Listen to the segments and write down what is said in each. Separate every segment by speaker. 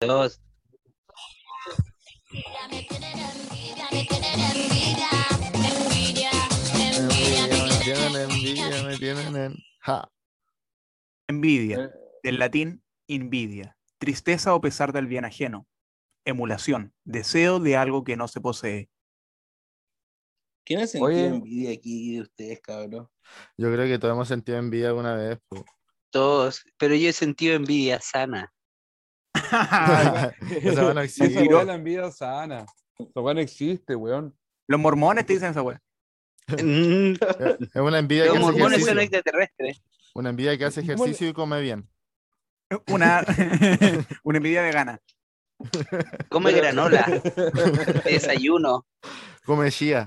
Speaker 1: dos.
Speaker 2: Envidia, me tienen en. Ja.
Speaker 3: Envidia, del latín invidia, tristeza o pesar del bien ajeno, emulación, deseo de algo que no se posee.
Speaker 1: ¿Quién ha sentido
Speaker 2: Oye.
Speaker 1: envidia aquí de ustedes, cabrón?
Speaker 2: Yo creo que todos hemos sentido envidia alguna vez. po.
Speaker 1: Todos. Pero yo he sentido envidia sana.
Speaker 2: Esa weá no
Speaker 4: Esa
Speaker 2: existe.
Speaker 4: weá es la envidia sana. Esa weá no existe, weón.
Speaker 3: Los mormones te dicen esa weá.
Speaker 1: Mm,
Speaker 2: Es una envidia
Speaker 1: Los
Speaker 2: que hace
Speaker 1: mormones son
Speaker 2: ejercicio.
Speaker 1: extraterrestres.
Speaker 2: Una envidia que hace
Speaker 4: Bueno.
Speaker 2: ejercicio y come bien.
Speaker 3: Una, una envidia vegana.
Speaker 1: Come granola, desayuno.
Speaker 2: Come chía.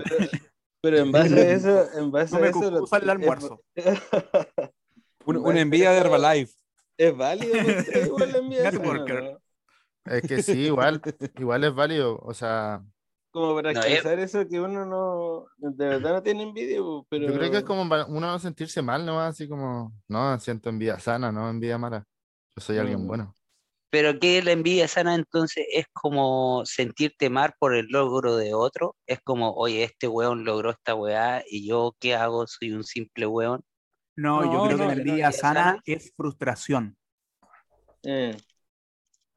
Speaker 5: Pero en base a eso, en base
Speaker 3: No
Speaker 5: a
Speaker 3: me
Speaker 5: eso. lo-
Speaker 3: el
Speaker 5: es-
Speaker 3: almuerzo.
Speaker 4: Una, una envidia de Herbalife.
Speaker 5: Es válido, pues, sí, igual la envidia. sana,
Speaker 3: Networker.
Speaker 5: ¿no?
Speaker 2: Es que sí, igual, igual es válido. O sea,
Speaker 5: Como para
Speaker 1: No, es-
Speaker 5: expresar eso que uno no. De verdad no tiene envidia, pues, pero.
Speaker 2: yo creo que es como para uno no sentirse mal nomás, así como, no, siento envidia sana, no envidia mala. Yo soy alguien
Speaker 5: Mm.
Speaker 2: bueno.
Speaker 1: Pero que la envidia sana entonces es como sentirte mal por el logro de otro. Es como, oye, este weón logró esta weá y yo, ¿qué hago? Soy un simple weón.
Speaker 3: No, yo
Speaker 4: No,
Speaker 3: creo
Speaker 4: no,
Speaker 3: que la
Speaker 4: no,
Speaker 3: envidia
Speaker 1: no,
Speaker 3: sana
Speaker 1: sana.
Speaker 3: es frustración.
Speaker 5: Eh,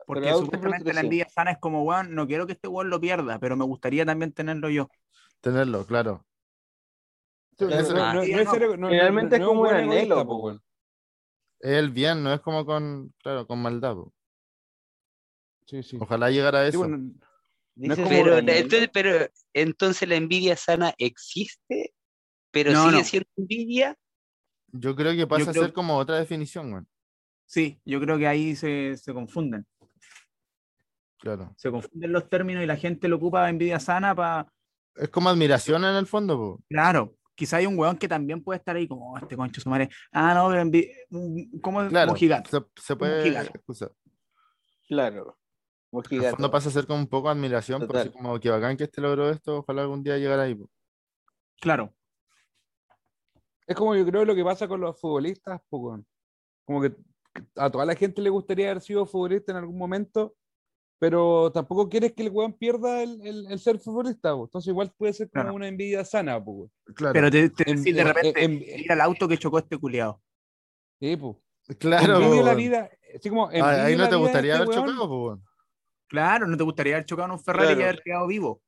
Speaker 3: Porque
Speaker 5: Pero
Speaker 3: supuestamente la
Speaker 5: autofrustración.
Speaker 3: envidia sana es como, weón, no quiero que este weón lo pierda, pero me gustaría también tenerlo yo.
Speaker 2: Tenerlo, claro.
Speaker 4: No, no,
Speaker 2: Eso-
Speaker 4: no, no es ser- no- no-
Speaker 5: Finalmente es
Speaker 4: no
Speaker 5: como un
Speaker 4: weón egoísta,
Speaker 5: anhelo,
Speaker 4: po,
Speaker 5: po,
Speaker 4: weón.
Speaker 2: Es el bien, no es como con, claro, con maldad. po.
Speaker 4: Sí, sí.
Speaker 2: Ojalá llegara a
Speaker 4: Sí,
Speaker 2: eso.
Speaker 4: bueno,
Speaker 5: dices
Speaker 4: como
Speaker 5: que
Speaker 1: Pero,
Speaker 5: la-
Speaker 1: entonces, pero entonces la envidia sana existe, pero
Speaker 3: No,
Speaker 1: sigue
Speaker 3: no.
Speaker 1: siendo envidia.
Speaker 2: Yo creo que pasa
Speaker 3: creo-
Speaker 2: a ser como otra definición, weón.
Speaker 3: Sí, yo creo que ahí se, se confunden.
Speaker 2: Claro.
Speaker 3: Se confunden los términos y la gente lo ocupa envidia sana para.
Speaker 2: Es como admiración en el fondo, po.
Speaker 3: Claro, quizá hay un weón que también puede estar ahí como, "Oh, este concho su madre. Ah, no, pero envidia. ¿Cómo es?
Speaker 2: Claro.
Speaker 3: Como gigante.
Speaker 2: Se, se puede
Speaker 3: gigante.
Speaker 2: excusar.
Speaker 5: Claro. Vos
Speaker 2: En el
Speaker 5: gigato.
Speaker 2: fondo pasa a ser como un poco de admiración, por
Speaker 5: Total.
Speaker 2: así como que bacán que este logró esto, ojalá algún día llegara ahí. po.
Speaker 3: Claro.
Speaker 4: es como yo creo lo que pasa con los futbolistas, po, weón. Como que a toda la gente le gustaría haber sido futbolista en algún momento, pero tampoco quieres que el weón pierda el, el- el ser futbolista, po. Entonces igual puede ser como
Speaker 3: Claro.
Speaker 4: una envidia sana, po, weón.
Speaker 2: Claro,
Speaker 3: Pero te, te
Speaker 4: En-
Speaker 3: decís de
Speaker 4: en-
Speaker 3: repente,
Speaker 4: en-
Speaker 3: mira el auto que chocó este culiado.
Speaker 4: Sí, po.
Speaker 2: claro.
Speaker 4: Envidio la
Speaker 2: weón.
Speaker 4: vida, así como
Speaker 2: Ah, Ahí no
Speaker 4: envidio la
Speaker 2: te
Speaker 4: vida de
Speaker 2: gustaría
Speaker 4: este
Speaker 2: haber
Speaker 4: weón.
Speaker 2: chocado, po, weón.
Speaker 3: Claro, no te gustaría haber chocado en un Ferrari y
Speaker 5: Claro.
Speaker 3: haber quedado vivo.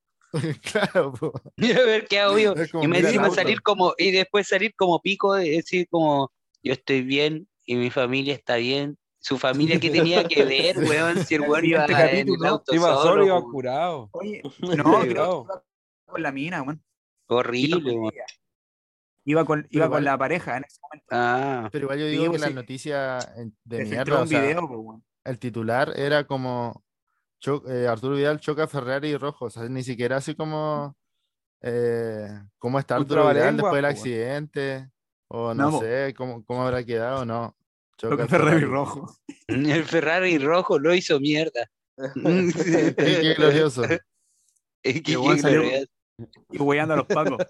Speaker 2: Claro, po.
Speaker 1: Mira, a ver qué hago yo.
Speaker 2: Es como,
Speaker 1: Y me
Speaker 2: mira el
Speaker 1: encima
Speaker 2: auto.
Speaker 1: salir como, y después salir como pico, de decir como, yo estoy bien y mi familia está bien. Su familia que tenía que ver, weón, si el weón iba
Speaker 3: Siguiente
Speaker 1: en el
Speaker 3: capítulo,
Speaker 1: auto
Speaker 4: Iba
Speaker 1: solo,
Speaker 4: solo, iba
Speaker 1: weón.
Speaker 4: curado.
Speaker 3: Oye, no,
Speaker 4: Sí,
Speaker 3: creo
Speaker 4: bravo.
Speaker 3: que iba con la mina, weón.
Speaker 1: Horrible, weón.
Speaker 3: Iba con, iba con
Speaker 2: igual-
Speaker 3: la pareja en ese momento.
Speaker 1: Ah,
Speaker 2: Pero igual yo
Speaker 3: Sí,
Speaker 2: digo que
Speaker 3: pues
Speaker 2: la
Speaker 3: sí.
Speaker 2: noticia en- de
Speaker 3: Se
Speaker 2: mierda,
Speaker 3: filtró
Speaker 2: o
Speaker 3: un
Speaker 2: sea,
Speaker 3: video, pues, weón.
Speaker 2: el titular era como cho- eh, Arturo Vidal choca Ferrari y Rojo, o sea, ni siquiera así como eh, cómo está
Speaker 4: Un
Speaker 2: Arturo Vidal
Speaker 4: trabalenguas,
Speaker 2: después del
Speaker 4: po, weón.
Speaker 2: accidente, o no,
Speaker 3: No, po.
Speaker 2: sé cómo, cómo habrá quedado, no.
Speaker 3: Toca
Speaker 2: choca
Speaker 3: Ferrari rojo.
Speaker 1: el Ferrari rojo lo hizo mierda.
Speaker 2: Qué- Qué glorioso.
Speaker 1: Es que-
Speaker 3: Que weón salió-
Speaker 1: que-
Speaker 3: Y weyando a los pacos.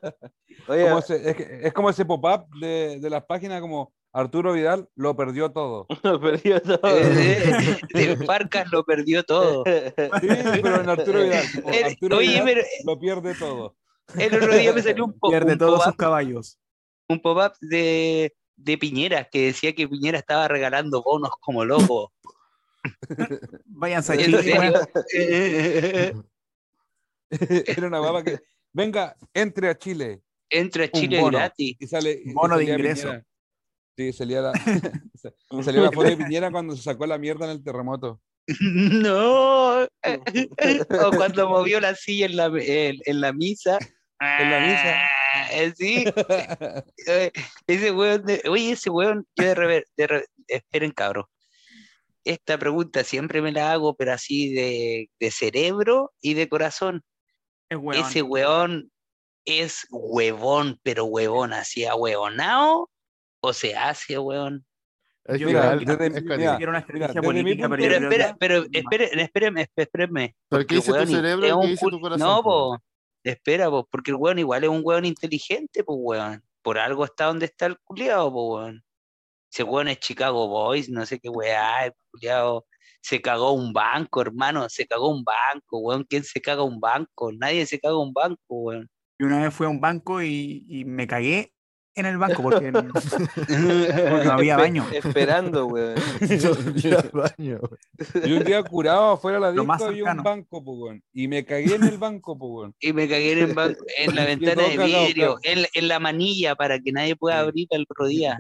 Speaker 5: Oye,
Speaker 4: Como ese- es, que- es como ese pop-up de, de las páginas como Arturo Vidal lo perdió todo.
Speaker 5: lo perdió todo.
Speaker 1: eh, eh, de Parcas lo perdió todo.
Speaker 4: Sí, pero en Arturo Vidal. como
Speaker 1: Eh,
Speaker 4: Arturo
Speaker 1: oye,
Speaker 4: Vidal
Speaker 1: pero
Speaker 4: lo pierde todo.
Speaker 1: el otro día me salió un, po-
Speaker 3: Pierde
Speaker 1: un
Speaker 3: todos
Speaker 1: pop-up
Speaker 3: sus caballos.
Speaker 1: un pop-up de, de Piñera que decía que Piñera estaba regalando bonos como loco.
Speaker 3: Vayan a
Speaker 1: ¿En
Speaker 3: Chile,
Speaker 1: serio?
Speaker 3: weón.
Speaker 4: Era una baba que. Venga, entre a Chile.
Speaker 1: Entra a
Speaker 4: Un
Speaker 1: Chile
Speaker 4: bono.
Speaker 1: gratis.
Speaker 4: Y sale. y
Speaker 3: Bono de
Speaker 4: salía
Speaker 3: ingreso.
Speaker 4: Piñera. Sí, salía la, salió la foto de Piñera cuando se sacó la mierda en el terremoto.
Speaker 1: No. o cuando movió la silla en la, en, en la misa.
Speaker 4: En la misa.
Speaker 1: Eh, Sí. Eh, Ese weón. de- oye, ese weón. Yo de rever, de re- esperen, cabros. Esta pregunta siempre me la hago, pero así de, de cerebro y de corazón.
Speaker 3: Es weón.
Speaker 1: Ese weón es huevón, pero huevón, así huevonao o se hace huevón.
Speaker 2: Es
Speaker 3: Yo
Speaker 2: que
Speaker 3: creo
Speaker 2: igual
Speaker 3: que
Speaker 4: desde-
Speaker 2: es
Speaker 4: mira,
Speaker 2: cuático.
Speaker 3: Era una estrategia
Speaker 4: desde mi
Speaker 3: política,
Speaker 4: punto-
Speaker 3: pero yo
Speaker 1: Pero
Speaker 3: creo
Speaker 1: espera,
Speaker 3: que-
Speaker 1: pero esperen, esperen, esp- espérenme.
Speaker 2: ¿Pero
Speaker 1: porque
Speaker 2: qué
Speaker 1: el
Speaker 2: dice tu
Speaker 1: weón i-
Speaker 2: cerebro?
Speaker 1: es
Speaker 2: y
Speaker 1: un
Speaker 2: ¿Qué dice
Speaker 1: cul-
Speaker 2: tu corazón?
Speaker 1: No,
Speaker 2: po?
Speaker 1: po. Espera, po, porque el weón igual es un weón inteligente, pues weón. Por algo está donde está el culiado, pues weón. Ese weón es Chicago Boys, no sé qué weá, el culiao se cagó un banco, hermano, se cagó un banco, weón. ¿Quién se caga un banco? Nadie se caga un banco, weón.
Speaker 3: Y una vez fui a un banco y, y me cagué en el banco porque, porque
Speaker 1: eh,
Speaker 3: no había baño.
Speaker 5: Esperando, weón.
Speaker 2: Yo fui al baño, güey.
Speaker 4: Yo un día curado afuera de la
Speaker 3: Lo más
Speaker 4: disco había un
Speaker 3: cercano.
Speaker 4: banco, pues, weón. Y me cagué en el banco, pues, weón.
Speaker 1: Y me cagué en, el ban- en la ventana
Speaker 4: todo
Speaker 1: de
Speaker 4: cagado,
Speaker 1: vidrio,
Speaker 4: claro.
Speaker 1: en, la- en la manilla para que nadie pueda abrir al otro día.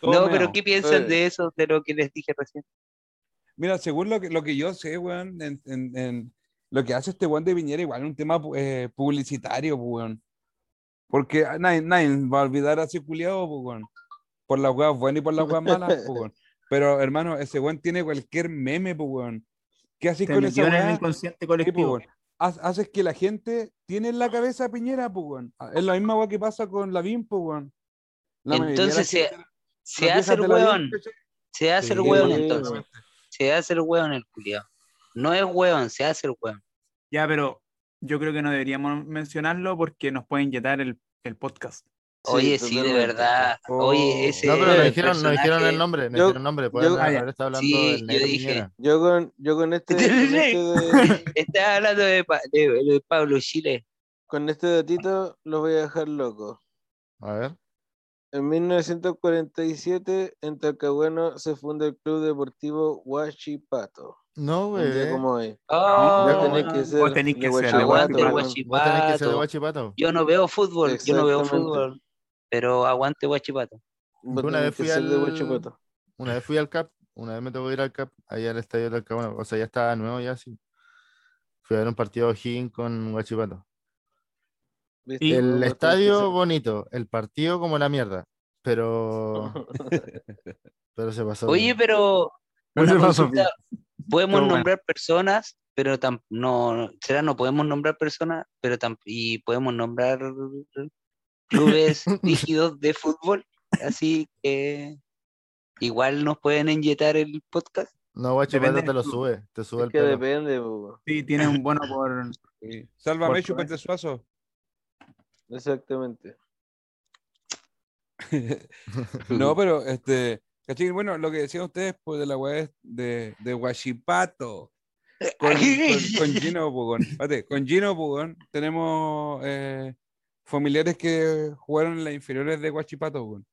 Speaker 4: Todo
Speaker 1: no,
Speaker 4: meado.
Speaker 1: pero ¿qué piensan
Speaker 5: Eh.
Speaker 1: de eso, de lo que les dije recién?
Speaker 4: Mira, según lo que, lo que yo sé, weón, en, en- en lo que hace este weón de Piñera, igual es un tema pu- eh, publicitario, pues, weón. Porque a nadie, nadie va a olvidar a ese culiado, pues, weón. Por las weas buenas y por las weas malas, pues, weón. Pero, hermano, ese weón tiene cualquier meme, pues, weón. ¿Qué haces
Speaker 3: Se
Speaker 4: con esa
Speaker 3: metió en el
Speaker 4: wea?
Speaker 3: inconsciente
Speaker 4: Sí, pues,
Speaker 3: colectivo.
Speaker 4: weón. Haz- Haces que la gente tiene en la cabeza a Piñera, pues, weón. Es la misma wea que pasa con Lavín, pues, weón. La mayoría de la
Speaker 1: Entonces se-
Speaker 4: gente- las
Speaker 1: Se
Speaker 4: viejas
Speaker 1: hace el
Speaker 4: de Lavín,
Speaker 1: hueón,
Speaker 4: ¿cachai?
Speaker 1: se hace el
Speaker 2: Sí,
Speaker 1: hueón
Speaker 5: weón.
Speaker 1: entonces. Se hace el hueón el culiao. No es hueón, se hace el hueón.
Speaker 3: Ya, pero yo creo que no deberíamos mencionarlo porque nos pueden llenar el, el podcast.
Speaker 1: Oye, sí, de
Speaker 5: totalmente.
Speaker 1: verdad.
Speaker 4: Oh.
Speaker 1: Oye, ese
Speaker 2: No, pero nos
Speaker 5: el
Speaker 2: dijeron, nos dijeron el
Speaker 1: personaje-
Speaker 2: nombre, nos
Speaker 5: Yo-
Speaker 2: dijeron el nombre. Pueden
Speaker 5: yo-
Speaker 2: haber
Speaker 3: Ah, ya.
Speaker 2: estado hablando
Speaker 1: Sí,
Speaker 2: del
Speaker 1: yo
Speaker 2: negro
Speaker 1: dije.
Speaker 2: Piñera.
Speaker 5: Yo con, yo con este, con este, de-
Speaker 1: Estaba hablando de, Pa- de- de Pablo Chile.
Speaker 5: con este datito los voy a dejar locos.
Speaker 2: A ver.
Speaker 5: En 1947, en Talcahuano se funda el club deportivo Huachipato.
Speaker 2: No,
Speaker 5: Un día
Speaker 2: güey.
Speaker 5: como hoy.
Speaker 1: Oh,
Speaker 5: Ya tenés que ser.
Speaker 3: vos tenés
Speaker 5: de
Speaker 3: que ser de
Speaker 5: Huachipato,
Speaker 1: aguante el
Speaker 5: weón.
Speaker 2: Vos tenés que ser de
Speaker 1: Guachipato.
Speaker 2: Guachipato.
Speaker 1: Yo no veo fútbol, yo no veo
Speaker 5: Exactamente.
Speaker 1: fútbol, pero aguante Guachipato.
Speaker 5: Vos
Speaker 2: Yo una
Speaker 5: tenés
Speaker 2: vez
Speaker 5: que
Speaker 2: fui
Speaker 5: ser de
Speaker 2: al-
Speaker 5: Huachipato.
Speaker 2: Una vez fui al CAP, una vez me tocó ir al CAP, allá al estadio del Talcahuano. O sea, ya estaba nuevo, ya sí. Fui a ver un partido O'Higgins con Guachipato.
Speaker 5: ¿Viste?
Speaker 3: Y-
Speaker 5: Vos
Speaker 2: El
Speaker 5: tenés que
Speaker 2: estadio
Speaker 5: ser-
Speaker 2: bonito, el partido como la mierda. Pero. Pero se pasó.
Speaker 1: Oye,
Speaker 2: bien.
Speaker 1: pero
Speaker 3: No
Speaker 1: una
Speaker 3: se pasó
Speaker 1: consulta, podemos
Speaker 3: Pero bueno.
Speaker 1: nombrar personas, pero tam- no, no, será no podemos nombrar personas, pero tam- y podemos nombrar clubes rígidos de fútbol, así que igual nos pueden inyectar el podcast.
Speaker 2: No, Guachipato
Speaker 3: depende
Speaker 2: te lo
Speaker 3: del club.
Speaker 2: sube, te sube
Speaker 5: Es
Speaker 2: el
Speaker 5: que
Speaker 2: pelo.
Speaker 5: depende, weón.
Speaker 3: Sí, tiene un bono por.
Speaker 4: Sí. Sálvame,
Speaker 3: Por
Speaker 4: chupete suazo.
Speaker 5: Exactamente.
Speaker 4: No, pero este, ¿cachai? Bueno, lo que decían ustedes pues, de la web de, de Guachipato con, con- con Gino Pugón. Espérate, con Gino Pugón tenemos eh, familiares que jugaron en las inferiores de Guachipato, Pugón.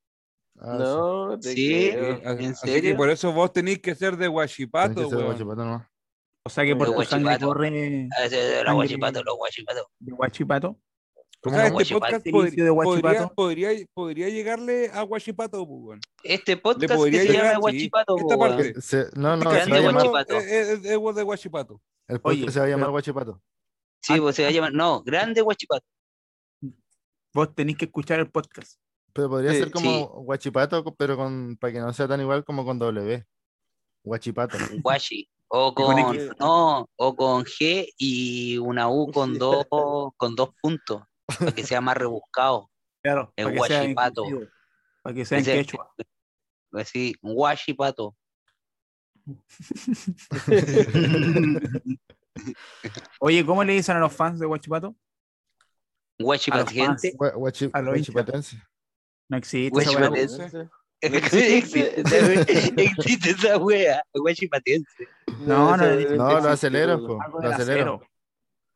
Speaker 2: Ah, sí.
Speaker 5: no, te
Speaker 1: Sí.
Speaker 5: creo.
Speaker 4: A-
Speaker 1: ¿En
Speaker 4: así
Speaker 1: serio?
Speaker 4: que por eso vos tenés que ser de
Speaker 2: Tenés que
Speaker 4: Guachipato,
Speaker 2: ser de
Speaker 4: weón.
Speaker 2: Guachipato nomás.
Speaker 3: O sea que por
Speaker 1: De
Speaker 3: tu sangre
Speaker 1: Huachipato.
Speaker 3: corre
Speaker 1: Ah, sí, sí, Los guachipatos, los guachipatos.
Speaker 3: de Guachipato.
Speaker 4: O
Speaker 2: ¿Cómo
Speaker 4: sea,
Speaker 2: no?
Speaker 4: este
Speaker 1: Guachipato.
Speaker 4: podcast
Speaker 3: Inicio
Speaker 4: pod-
Speaker 3: de
Speaker 4: podría,
Speaker 3: Guachipato.
Speaker 4: podría, podría llegarle a pues, Guachipato, Pugón.
Speaker 1: Este
Speaker 4: Le
Speaker 1: podcast que
Speaker 4: podría
Speaker 1: se
Speaker 4: llegar,
Speaker 1: llama
Speaker 4: sí.
Speaker 1: Guachipato,
Speaker 4: Esta
Speaker 1: po, weón.
Speaker 4: parte.
Speaker 2: Se- no, no,
Speaker 1: Grande
Speaker 2: se va a llamar-
Speaker 1: Guachipato.
Speaker 4: Es, eh, es- es de Guachipato.
Speaker 2: el podcast
Speaker 3: Oye,
Speaker 2: se va a llamar
Speaker 3: pero-
Speaker 2: Guachipato.
Speaker 1: Sí, pues se va a llamar. No, grande Guachipato.
Speaker 3: Vos tenés que escuchar el podcast.
Speaker 2: Pero podría
Speaker 5: Sí,
Speaker 2: ser como Guachipato, co- pero con, para que no sea tan igual como con W. Guachipato.
Speaker 1: Guachi. O
Speaker 3: Y con
Speaker 1: con,
Speaker 5: X.
Speaker 1: no, o con G y una U con
Speaker 5: Sí.
Speaker 1: dos, con dos puntos, para que sea más rebuscado.
Speaker 3: Claro,
Speaker 1: El
Speaker 3: para que sea
Speaker 1: Huachipato.
Speaker 3: inclusivo, Para que sea en
Speaker 1: Ese-
Speaker 3: quechua.
Speaker 1: Así, Guachipato.
Speaker 3: Oye, ¿cómo le dicen a los fans de Guachipato? A los fans.
Speaker 1: Guachipatiente.
Speaker 2: Gua- guachi-
Speaker 3: A lo hincha.
Speaker 2: guachipatense.
Speaker 3: No existe. esa
Speaker 1: Guachipato.
Speaker 3: weá.
Speaker 1: Existe esa wea- existe esa wea, Guachipatiente.
Speaker 3: No, no,
Speaker 5: ese-
Speaker 2: No,
Speaker 5: ese
Speaker 2: lo
Speaker 5: existe,
Speaker 2: aceleras,
Speaker 5: weón.
Speaker 2: po.
Speaker 3: Algo
Speaker 2: Lo
Speaker 3: del
Speaker 2: acelero.
Speaker 3: acero.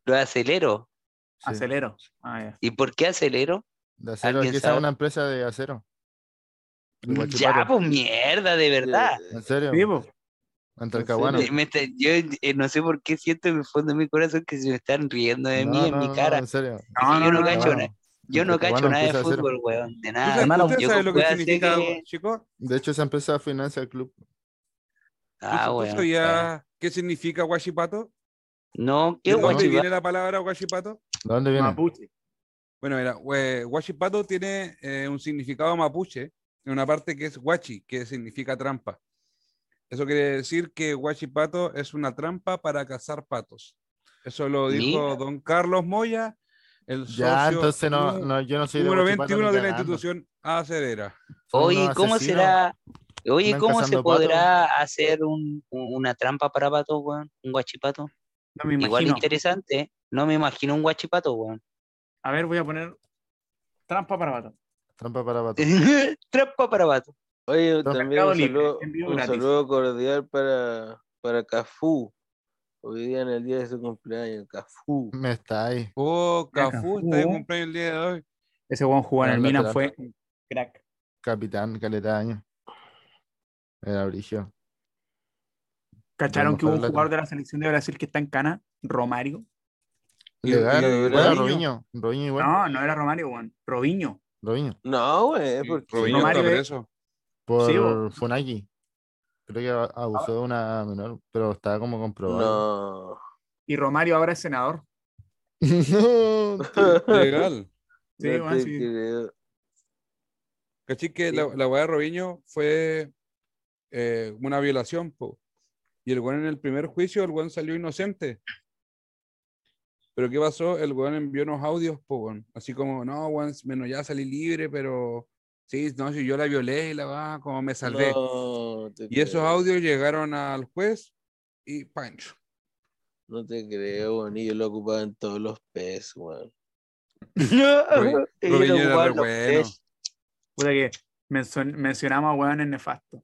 Speaker 1: Lo acelero.
Speaker 2: Sí,
Speaker 3: Acelero. Ah, ya.
Speaker 1: ¿Y por qué acelero?
Speaker 2: De acero.
Speaker 1: ¿Alguien
Speaker 2: Aquí está
Speaker 1: sabe?
Speaker 2: una empresa de acero. De
Speaker 1: Ya,
Speaker 2: Guachipato.
Speaker 1: pues mierda, de verdad.
Speaker 5: Sí,
Speaker 2: En serio.
Speaker 3: Sí, pues. po.
Speaker 2: En Talcahuano.
Speaker 1: Me- me está- yo eh, no sé por qué siento en el fondo de mi corazón que se me están riendo de mí,
Speaker 2: No,
Speaker 1: en
Speaker 2: no,
Speaker 1: mi
Speaker 2: no,
Speaker 1: cara.
Speaker 2: en serio.
Speaker 3: No,
Speaker 1: yo
Speaker 3: no,
Speaker 1: no,
Speaker 3: no,
Speaker 1: cacho
Speaker 2: no.
Speaker 1: nada. Yo no cacho
Speaker 2: Talcahuano
Speaker 1: nada de
Speaker 2: empieza a hacer-
Speaker 1: fútbol, weón, de
Speaker 4: ¿Ustedes-
Speaker 1: nada.
Speaker 3: hermano,
Speaker 4: ¿Ustedes
Speaker 1: yo
Speaker 4: saben lo que
Speaker 1: compré
Speaker 4: significa,
Speaker 1: hace-
Speaker 4: chicos?
Speaker 2: De hecho, esa empresa financia el club.
Speaker 1: Ah,
Speaker 4: Entonces,
Speaker 1: weón.
Speaker 4: ¿tú sabías qué significa guachipato?
Speaker 1: No,
Speaker 4: ¿De
Speaker 1: qué
Speaker 4: dónde
Speaker 1: guachipato.
Speaker 4: viene la palabra guachipato?
Speaker 2: ¿De dónde viene?
Speaker 3: Mapuche.
Speaker 4: Bueno, mira, hue- guachipato tiene eh, un significado mapuche en una parte que es guachi, que significa trampa. Eso quiere decir que guachipato es una trampa para cazar patos. Eso lo dijo
Speaker 1: Mira.
Speaker 4: don Carlos Moya, el
Speaker 2: Ya,
Speaker 4: socio
Speaker 2: entonces no,
Speaker 4: nu-
Speaker 2: no, yo no soy de
Speaker 4: número
Speaker 2: Guachipato ni
Speaker 4: 21 de la
Speaker 2: cagando.
Speaker 4: institución Acedera.
Speaker 2: Son
Speaker 1: Oye,
Speaker 2: unos
Speaker 1: ¿cómo
Speaker 2: asesinos.
Speaker 1: será? Oye,
Speaker 2: Andan
Speaker 1: ¿cómo se
Speaker 2: cazando patos.
Speaker 1: podrá hacer un- un- una trampa para patos, weón? Un guachipato.
Speaker 3: No me
Speaker 1: Igual
Speaker 3: imagino.
Speaker 1: interesante. ¿eh? No me imagino un guachipato, weón.
Speaker 3: A ver, voy a poner Trampa para vato.
Speaker 2: Trampa para vato.
Speaker 1: Trampa para vato.
Speaker 5: Oye,
Speaker 2: Don
Speaker 5: también
Speaker 3: Mercado
Speaker 5: un
Speaker 3: Libre,
Speaker 5: saludo,
Speaker 3: envío
Speaker 5: un
Speaker 3: gratis.
Speaker 5: saludo cordial para, para Cafú. Hoy día en el día de su cumpleaños, Cafú.
Speaker 2: Me está ahí.
Speaker 4: Oh,
Speaker 3: Ya,
Speaker 4: Cafú
Speaker 3: Cafú.
Speaker 4: está de cumpleaños el día de hoy.
Speaker 3: Ese buen jugó en
Speaker 2: Bueno,
Speaker 3: el
Speaker 2: la trampa.
Speaker 3: Milan fue un crack.
Speaker 2: Capitán Caletaño. Era Brigio.
Speaker 3: ¿Cacharon
Speaker 2: Bueno,
Speaker 3: que hubo
Speaker 2: fue
Speaker 3: un
Speaker 2: la
Speaker 3: jugador de la selección de Brasil que está en cana? ¿Romario?
Speaker 5: Y-
Speaker 2: Legal.
Speaker 5: y
Speaker 2: Era
Speaker 5: Robinho.
Speaker 2: Robinho. Robinho igual.
Speaker 3: No, no era Romario, weón. Robinho.
Speaker 2: Robinho.
Speaker 5: No, güey, es porque
Speaker 4: Robinho
Speaker 3: No,
Speaker 4: está
Speaker 3: Mario, eh.
Speaker 4: preso.
Speaker 2: Por
Speaker 3: Sí, bo.
Speaker 2: Funaki. Creo que abusó de una menor, pero estaba como comprobado.
Speaker 5: No.
Speaker 3: Y Romario ahora es senador.
Speaker 2: No.
Speaker 4: Legal.
Speaker 3: Sí,
Speaker 5: No
Speaker 3: bueno,
Speaker 5: te
Speaker 3: sí.
Speaker 5: creo.
Speaker 4: Caché que la, la weá de Robinho fue eh, una violación, po. Y el weón en el primer juicio, el weón salió inocente. Pero ¿qué pasó? El weón envió unos audios, po, weón. Así como, no, weón, menos ya salí libre, pero sí, no, si yo la violé y la va, como me salvé.
Speaker 5: No te
Speaker 4: Y esos
Speaker 5: creo.
Speaker 4: audios llegaron al juez y Pancho.
Speaker 5: No te creo, weón. Y yo lo ocupaba en todos los pes, weón.
Speaker 1: Ellos
Speaker 4: Robinho era
Speaker 1: ocupaban
Speaker 4: re
Speaker 1: los
Speaker 4: bueno.
Speaker 1: tres.
Speaker 3: Puta que menso- mencionamos a weón en nefasto.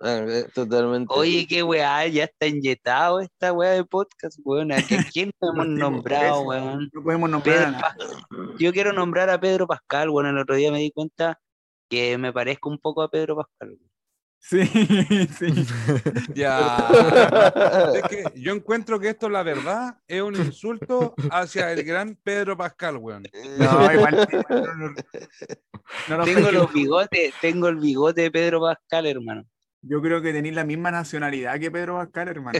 Speaker 5: Ah, eh, Totalmente.
Speaker 1: Oye, qué weá, ya está inyectado esta weá de podcast, weón. ¿A qué- quién no hemos
Speaker 3: Partimos por
Speaker 1: nombrado,
Speaker 3: eso.
Speaker 1: weón?
Speaker 3: No podemos nombrar a
Speaker 1: Pedro
Speaker 3: nada.
Speaker 1: Pas- Yo quiero nombrar a Pedro Pascal, bueno, el otro día me di cuenta que me parezco un poco a Pedro Pascal.
Speaker 3: Sí, sí.
Speaker 4: Ya. Es que yo encuentro que esto, la verdad, es un insulto hacia el gran Pedro Pascal, weón.
Speaker 3: No, igual. igual no lo- no lo
Speaker 1: Tengo
Speaker 3: ofendí.
Speaker 1: los bigotes, tengo el bigote de Pedro Pascal, hermano.
Speaker 3: Yo creo que tenéis la misma nacionalidad que Pedro Pascal, hermano.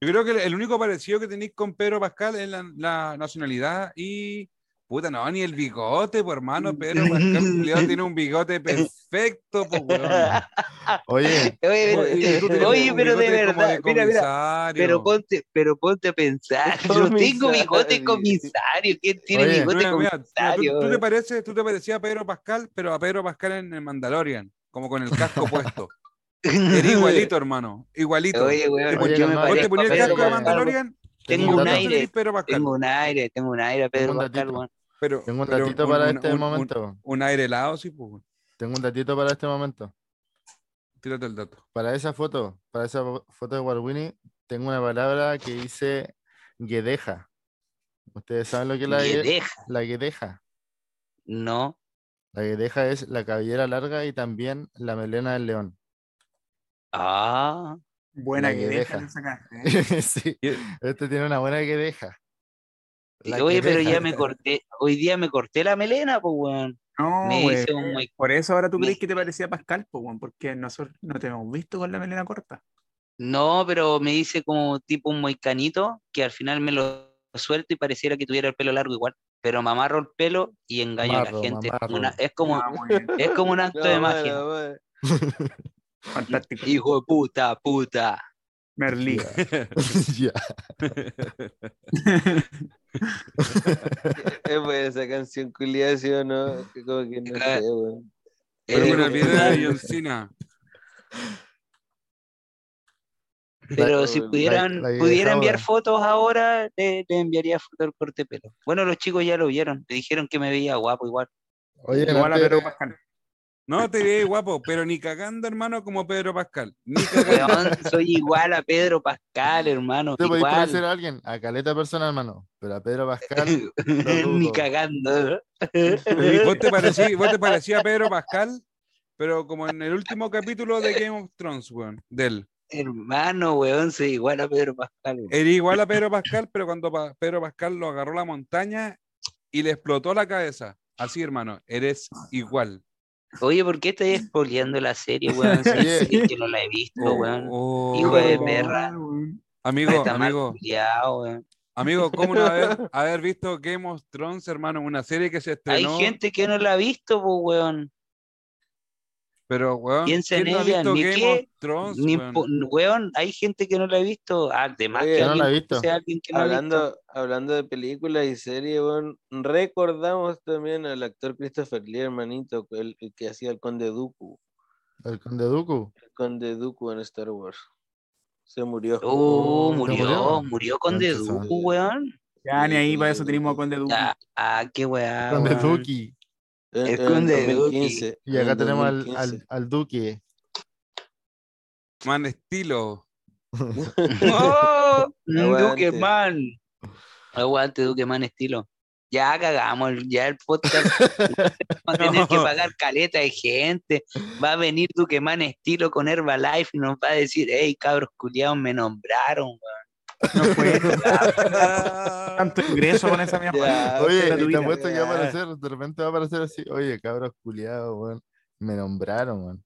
Speaker 4: Yo creo que el único parecido que tenéis con Pedro Pascal es la, la nacionalidad y. Puta, no, ni el bigote, pues hermano. Pedro Pascal culiao, tiene un bigote perfecto, pues, weón.
Speaker 2: Oye,
Speaker 1: Eh, Oye,
Speaker 4: Y tú tenés
Speaker 1: oye,
Speaker 4: un
Speaker 1: pero de
Speaker 4: bigote como
Speaker 1: verdad, mira, mira,
Speaker 4: comisario.
Speaker 1: pero ponte, pero ponte a pensar, yo no tengo bigote de comisario, ¿quién tiene
Speaker 2: Oye.
Speaker 1: bigote de
Speaker 4: Mira, mira, mira, tú-
Speaker 1: comisario?
Speaker 4: tú, te pareces, tú te parecías a Pedro Pascal, pero a Pedro Pascal en el Mandalorian, como con el casco puesto. Era igualito, hermano. Igualito.
Speaker 1: Oye, weón,
Speaker 2: Oye,
Speaker 1: yo me
Speaker 2: Carlos,
Speaker 4: Vos
Speaker 1: parezco a
Speaker 4: te ponías
Speaker 1: Pedro
Speaker 4: el casco de
Speaker 2: Pascal,
Speaker 1: Pascal,
Speaker 4: Mandalorian,
Speaker 1: Tengo
Speaker 2: un
Speaker 4: entonces
Speaker 1: aire.
Speaker 4: eres Pedro Pascal.
Speaker 1: tengo un aire, tengo un aire a Pedro
Speaker 2: Tengo un
Speaker 1: Pascal,
Speaker 2: datito.
Speaker 1: weón.
Speaker 4: Pero,
Speaker 2: tengo un
Speaker 4: pero
Speaker 2: datito para
Speaker 4: un-
Speaker 2: este
Speaker 4: un- un-
Speaker 2: momento.
Speaker 4: Un aire helado, sí, pues. weón.
Speaker 2: Tengo un datito para este momento.
Speaker 4: Tírate el dato.
Speaker 2: Para esa foto, para esa fo- foto de Warwini, tengo una palabra que dice guedeja. ¿Ustedes saben lo que es la,
Speaker 1: Que
Speaker 2: gue-
Speaker 1: deja,
Speaker 2: la guedeja?
Speaker 1: no,
Speaker 2: La guedeja es la cabellera larga y también la melena del león.
Speaker 1: ah,
Speaker 3: Buena
Speaker 2: La
Speaker 3: que
Speaker 2: que
Speaker 3: deja.
Speaker 2: deja.
Speaker 3: esa cara, ¿eh?
Speaker 2: sí,
Speaker 4: Y-
Speaker 2: este tiene una buena guedeja. La
Speaker 1: oye, pero
Speaker 2: guedeja.
Speaker 1: ya me corté, hoy día me corté la melena, pues, weón.
Speaker 3: No,
Speaker 1: Me
Speaker 3: güey.
Speaker 1: hice un muy-
Speaker 3: Por eso ahora tú
Speaker 1: me-
Speaker 3: crees que te parecía Pascal, po, weón, porque nosotros no te hemos visto con la melena corta.
Speaker 1: No, pero me hice como tipo un moicanito que al final me lo suelto y pareciera que tuviera el pelo largo igual. Pero mamarro el pelo y engaño a la
Speaker 2: Mamarro,
Speaker 1: gente. es como
Speaker 2: mamarro.
Speaker 1: una- es, como,
Speaker 3: Ah, muy bien,
Speaker 1: es como un acto
Speaker 5: No,
Speaker 1: de
Speaker 5: bueno,
Speaker 1: magia.
Speaker 5: bueno.
Speaker 3: Fantástico.
Speaker 1: Hijo de puta, puta.
Speaker 3: Merlí.
Speaker 2: Ya.
Speaker 5: Es buena Eh, pues, esa canción culiada, ¿sí o no? Que Como que no
Speaker 1: Ah,
Speaker 5: sé, weón.
Speaker 4: Pero
Speaker 1: Eh,
Speaker 4: con el video de
Speaker 1: puta,
Speaker 4: John Cena.
Speaker 1: pero
Speaker 5: la-
Speaker 1: si
Speaker 5: la-
Speaker 1: pudieran,
Speaker 2: la
Speaker 1: pudiera
Speaker 2: dejaba.
Speaker 1: enviar fotos ahora, le, le enviaría fotos del corte de pelo. Bueno, los chicos ya lo vieron, me dijeron que me veía guapo igual.
Speaker 2: Oye,
Speaker 3: Igual a
Speaker 2: antes-
Speaker 3: Pedro Pascal.
Speaker 4: No, te veía guapo, pero ni cagando, hermano, como Pedro Pascal. Ni
Speaker 1: Weón,
Speaker 4: cagando.
Speaker 1: soy igual a Pedro Pascal, hermano.
Speaker 2: te podéis parecer
Speaker 1: Igual.
Speaker 2: a alguien, a caleta persona, hermano, pero a Pedro Pascal,
Speaker 1: Ni cagando.
Speaker 4: Y vos te parecí- vos te parecías a Pedro Pascal, pero como en el último capítulo de Game of Thrones, weón, de él.
Speaker 1: Hermano, weón, soy igual a Pedro Pascal. weón.
Speaker 4: Era igual a Pedro Pascal, pero cuando Pa- Pedro Pascal lo agarró la montaña y le explotó la cabeza. Así, hermano, eres igual.
Speaker 1: Oye, ¿por qué estás spoileando la serie, weón? Si
Speaker 2: Oye.
Speaker 1: sí, que no la he visto, weón.
Speaker 4: Oh,
Speaker 1: Hijo de
Speaker 4: oh.
Speaker 1: perra.
Speaker 4: Amigo,
Speaker 1: Está mal
Speaker 4: amigo,
Speaker 1: culiao, weón.
Speaker 4: amigo, ¿cómo no haber, haber visto Game of Thrones, hermano? Una serie que se
Speaker 1: Hay
Speaker 4: estrenó,
Speaker 1: gente que no la ha visto, pues, weón.
Speaker 4: pero, weón,
Speaker 1: piensa
Speaker 4: ¿quién
Speaker 1: en
Speaker 4: no ha
Speaker 1: ella,
Speaker 4: visto
Speaker 1: ni
Speaker 4: Game
Speaker 1: qué,
Speaker 4: of Thrones,
Speaker 1: Ni
Speaker 4: weón?
Speaker 1: po- weón, hay gente que no la ha visto. Además,
Speaker 5: Oye,
Speaker 1: que
Speaker 5: yo
Speaker 2: no la he
Speaker 1: alguien
Speaker 2: visto.
Speaker 1: sea alguien que no la ha visto.
Speaker 5: Hablando, hablando de películas y series, weón, recordamos también al actor Christopher Lee, hermanito, el, el que hacía el Conde Dooku.
Speaker 2: el conde Dooku.
Speaker 5: El Conde Dooku en Star Wars. Se murió.
Speaker 1: Oh,
Speaker 2: ¿Se
Speaker 1: murió,
Speaker 2: murió?
Speaker 1: murió con
Speaker 2: Concha su
Speaker 1: Dedu,
Speaker 2: madre.
Speaker 1: weón.
Speaker 3: Ya, ni ahí para eso tenemos a Conde Duque.
Speaker 1: Ah, ah, qué weá.
Speaker 2: Conde
Speaker 1: weón.
Speaker 2: Duki.
Speaker 5: En-
Speaker 1: El
Speaker 5: en
Speaker 1: Conde Duque.
Speaker 5: 2015,
Speaker 2: Y acá
Speaker 5: en
Speaker 2: tenemos al,
Speaker 5: 2015.
Speaker 2: al, al Duque.
Speaker 4: Man, estilo.
Speaker 1: ¡Oh!
Speaker 5: Aguante.
Speaker 1: Duque Man. Aguante, Duque Man estilo. Ya cagamos, el- ya el podcast va a tener que pagar caleta de gente. Va a venir Duque Man estilo con Herbalife y nos va a decir, hey, cabros culiados, me nombraron. weón".
Speaker 3: No fue tanto ingreso con esa mierda.
Speaker 1: Ah,
Speaker 5: Ya,
Speaker 2: Oye, y te
Speaker 3: gratuita.
Speaker 2: apuesto que va a
Speaker 5: ya.
Speaker 2: aparecer, de repente va a aparecer así, oye, cabros culiados, weón. Me nombraron, weón.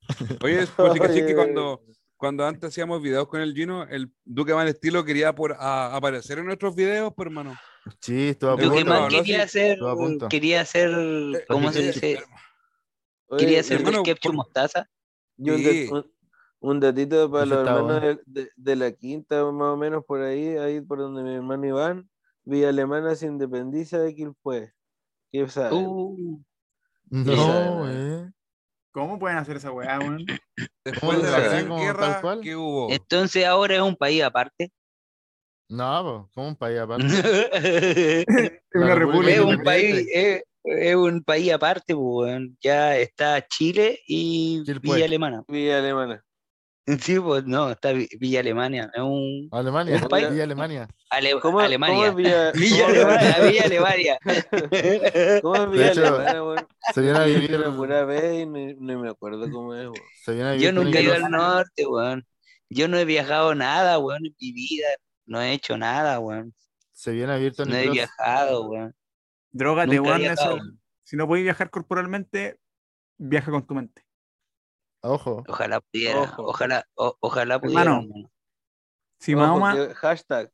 Speaker 4: Oye, es publicación
Speaker 5: Oye.
Speaker 4: que cuando, cuando antes hacíamos videos con el Gino, el Duque Van Estilo quería por, a- aparecer en nuestros videos, pero hermano.
Speaker 2: Sí, estuvo a
Speaker 4: Yo
Speaker 1: Duque
Speaker 4: punto,
Speaker 1: Man
Speaker 4: ¿no?
Speaker 2: punto.
Speaker 4: que-
Speaker 1: quería hacer,
Speaker 2: Estuvo a punto.
Speaker 1: quería hacer, ¿cómo se
Speaker 4: Eh,
Speaker 1: dice?
Speaker 5: Oye,
Speaker 1: Quería hacer
Speaker 5: hermano,
Speaker 1: un
Speaker 4: hermano,
Speaker 1: ketchup
Speaker 4: por-
Speaker 1: mostaza.
Speaker 5: y un,
Speaker 4: Sí.
Speaker 5: dat- un- un datito para
Speaker 2: Ese
Speaker 5: los
Speaker 2: está
Speaker 5: hermanos
Speaker 2: bueno.
Speaker 5: de, de- de la quinta, más o menos por ahí, ahí por donde mi hermano Iván, Villa Alemana se independiza de Quilpue. ¿Qué sabe?
Speaker 1: Uh,
Speaker 2: No,
Speaker 5: Esa-
Speaker 2: eh.
Speaker 3: ¿Cómo pueden hacer esa weá, weón?
Speaker 4: Después de la
Speaker 1: Así
Speaker 4: gran
Speaker 2: como tal
Speaker 4: guerra
Speaker 2: cual.
Speaker 4: que hubo.
Speaker 1: entonces ahora es un país aparte.
Speaker 2: No, po, como un país aparte.
Speaker 1: es
Speaker 2: La
Speaker 3: Una
Speaker 2: República
Speaker 3: república.
Speaker 1: un
Speaker 2: Independiente.
Speaker 1: país, es, es un país aparte, po, weón. Ya está Chile y
Speaker 2: Chile, pues.
Speaker 1: Villa Alemana.
Speaker 5: Villa Alemana.
Speaker 1: Sí, pues no, está Vi- Villa Alemania. Es un
Speaker 2: Alemania,
Speaker 1: Un país-
Speaker 2: y Alemania.
Speaker 1: Ale-
Speaker 5: ¿Cómo, ¿cómo
Speaker 1: Alemania.
Speaker 5: es Villa,
Speaker 1: Villa
Speaker 5: cómo es
Speaker 1: Alemania, Villa Alemania.
Speaker 5: ¿Cómo es Villa
Speaker 2: hecho,
Speaker 5: Alemana, weón?
Speaker 2: Se viene a
Speaker 5: Yo
Speaker 2: vivir.
Speaker 5: fui la pura vez y ni, ni me acuerdo cómo es, weón.
Speaker 2: Se viene a vivir
Speaker 1: Yo nunca he ido
Speaker 2: peligroso.
Speaker 1: al norte, weón. Yo no he viajado nada, weón, en mi vida. No he hecho nada, weón.
Speaker 2: Se viene a vivir Tony
Speaker 1: No he
Speaker 2: Cross.
Speaker 1: viajado, weón.
Speaker 3: Drogate,
Speaker 1: Nunca
Speaker 3: weón.
Speaker 1: había
Speaker 3: eso.
Speaker 1: estado.
Speaker 3: Si no puedes viajar corporalmente, viaja con tu mente.
Speaker 2: Ojo.
Speaker 1: Ojalá pudiera,
Speaker 5: Ojo.
Speaker 1: ojalá, o- ojalá pudiera.
Speaker 3: Hermano.
Speaker 1: hermano.
Speaker 3: Si
Speaker 5: Ojo,
Speaker 3: Mahoma,
Speaker 5: que- hashtag.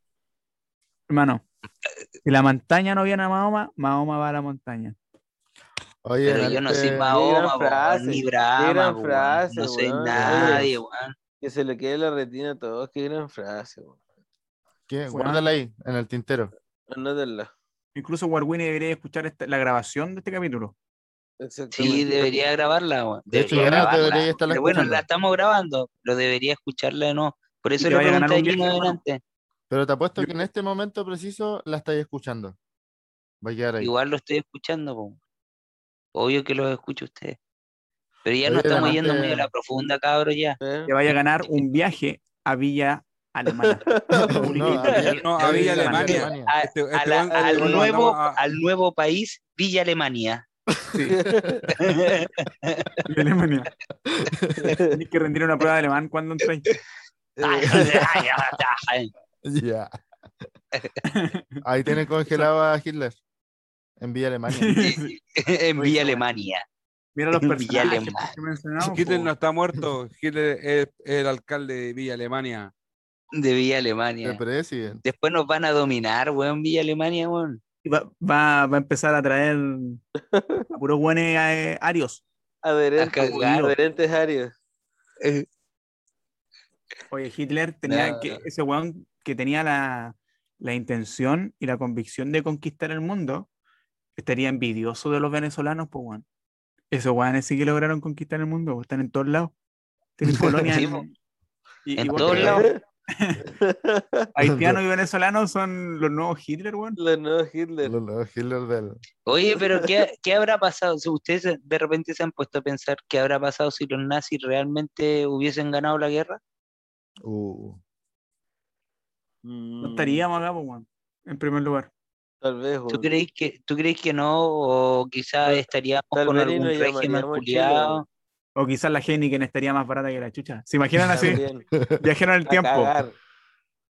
Speaker 3: hermano, si la montaña no viene a Mahoma, Mahoma va a la montaña.
Speaker 2: Oye,
Speaker 1: Pero yo no soy
Speaker 2: antes-
Speaker 1: Mahoma, po,
Speaker 5: frase,
Speaker 1: ni
Speaker 5: qué
Speaker 1: Brahma,
Speaker 5: gran
Speaker 1: po,
Speaker 5: frase,
Speaker 1: no soy
Speaker 5: weón.
Speaker 1: nadie, weón.
Speaker 5: Que se le quede la retina a todos, qué gran frase, weón.
Speaker 2: ¿qué?
Speaker 3: Fue-
Speaker 2: Guárdala ahí, en el tintero.
Speaker 5: Anótenla.
Speaker 3: Incluso Warwini debería escuchar esta- la grabación de este capítulo.
Speaker 5: Exactamente.
Speaker 1: Sí, debería grabarla, weón.
Speaker 2: De hecho,
Speaker 1: Debería
Speaker 2: ya
Speaker 1: grabarla.
Speaker 2: debería estarla
Speaker 1: Pero bueno,
Speaker 2: escuchando.
Speaker 1: la estamos grabando, lo debería escucharla de no. Por eso
Speaker 3: te
Speaker 1: le
Speaker 3: vaya a ganar
Speaker 1: pregunté a
Speaker 3: un viaje,
Speaker 1: Gino
Speaker 3: hermano.
Speaker 1: delante.
Speaker 2: Pero te apuesto
Speaker 3: Yo-
Speaker 2: que en este momento preciso la estáis escuchando. Va a quedar ahí.
Speaker 1: Igual lo estoy escuchando, po. Obvio que lo escucho ustedes. Pero ya no
Speaker 2: Oye,
Speaker 1: estamos yendo
Speaker 2: delante-
Speaker 1: medio a la profunda, cabros, ya.
Speaker 5: ¿Eh?
Speaker 3: Te vaya a ganar un viaje a Villa Alemana.
Speaker 2: No, a Villa-
Speaker 4: No, a Villa Alemania.
Speaker 1: A-
Speaker 4: Este- este
Speaker 1: a la-
Speaker 4: weón-
Speaker 1: al,
Speaker 4: lo mandamos
Speaker 1: nuevo,
Speaker 4: a-
Speaker 1: al nuevo país, Villa Alemania.
Speaker 3: Sí, de Alemania. Tienes que rendir una prueba de alemán cuando entres.
Speaker 2: Ya. Ahí tienen congelado a Hitler. En Villa Alemania.
Speaker 1: en Villa Alemania.
Speaker 3: Mira los
Speaker 1: Villa
Speaker 3: personajes
Speaker 1: Alemana.
Speaker 3: que mencionamos.
Speaker 4: Hitler
Speaker 3: po.
Speaker 4: no está muerto. Hitler es el alcalde de Villa Alemania.
Speaker 1: De Villa Alemania.
Speaker 2: El presidente.
Speaker 1: Después nos van a dominar, weón, Villa Alemania, weón.
Speaker 3: va, va- va a empezar a traer a puros buenos eh, arios.
Speaker 5: Adherentes,
Speaker 1: cagar.
Speaker 5: adherentes áreas.
Speaker 1: Eh,
Speaker 3: Oye, Hitler tenía
Speaker 1: Nah.
Speaker 3: que, ese weón que tenía la, la intención y la convicción de conquistar el mundo, estaría envidioso de los venezolanos, pues weón. Esos weones sí que lograron conquistar el mundo, pues, están en todos lados. Tienen colonias
Speaker 1: Sí,
Speaker 3: en-
Speaker 1: po.
Speaker 3: y-
Speaker 1: En
Speaker 3: igual
Speaker 1: todos
Speaker 3: que
Speaker 1: lados.
Speaker 3: Haitianos y venezolanos son los nuevos Hitler, weón.
Speaker 5: Los nuevos Hitler.
Speaker 2: Lo- lo- Hitler del.
Speaker 1: Oye, pero ¿qué, qué habrá pasado? Si ustedes se- de repente se han puesto a pensar qué habrá pasado si los nazis realmente hubiesen ganado la guerra.
Speaker 2: Uh,
Speaker 5: Mm,
Speaker 3: No estaríamos acá, pues weón, en primer lugar.
Speaker 5: Tal vez,
Speaker 1: ¿Tú
Speaker 5: weón.
Speaker 1: crees que, tú crees que no? ¿O quizás estaríamos
Speaker 5: tal
Speaker 1: con
Speaker 5: vez y
Speaker 1: algún
Speaker 5: nos
Speaker 1: régimen
Speaker 5: llamaríamos Chile,
Speaker 1: culiado?
Speaker 3: O quizás la Heineken estaría más barata que la chucha. ¿Se imaginan así?
Speaker 5: También,
Speaker 3: Viajeros en el
Speaker 5: a
Speaker 3: tiempo.
Speaker 5: cagar.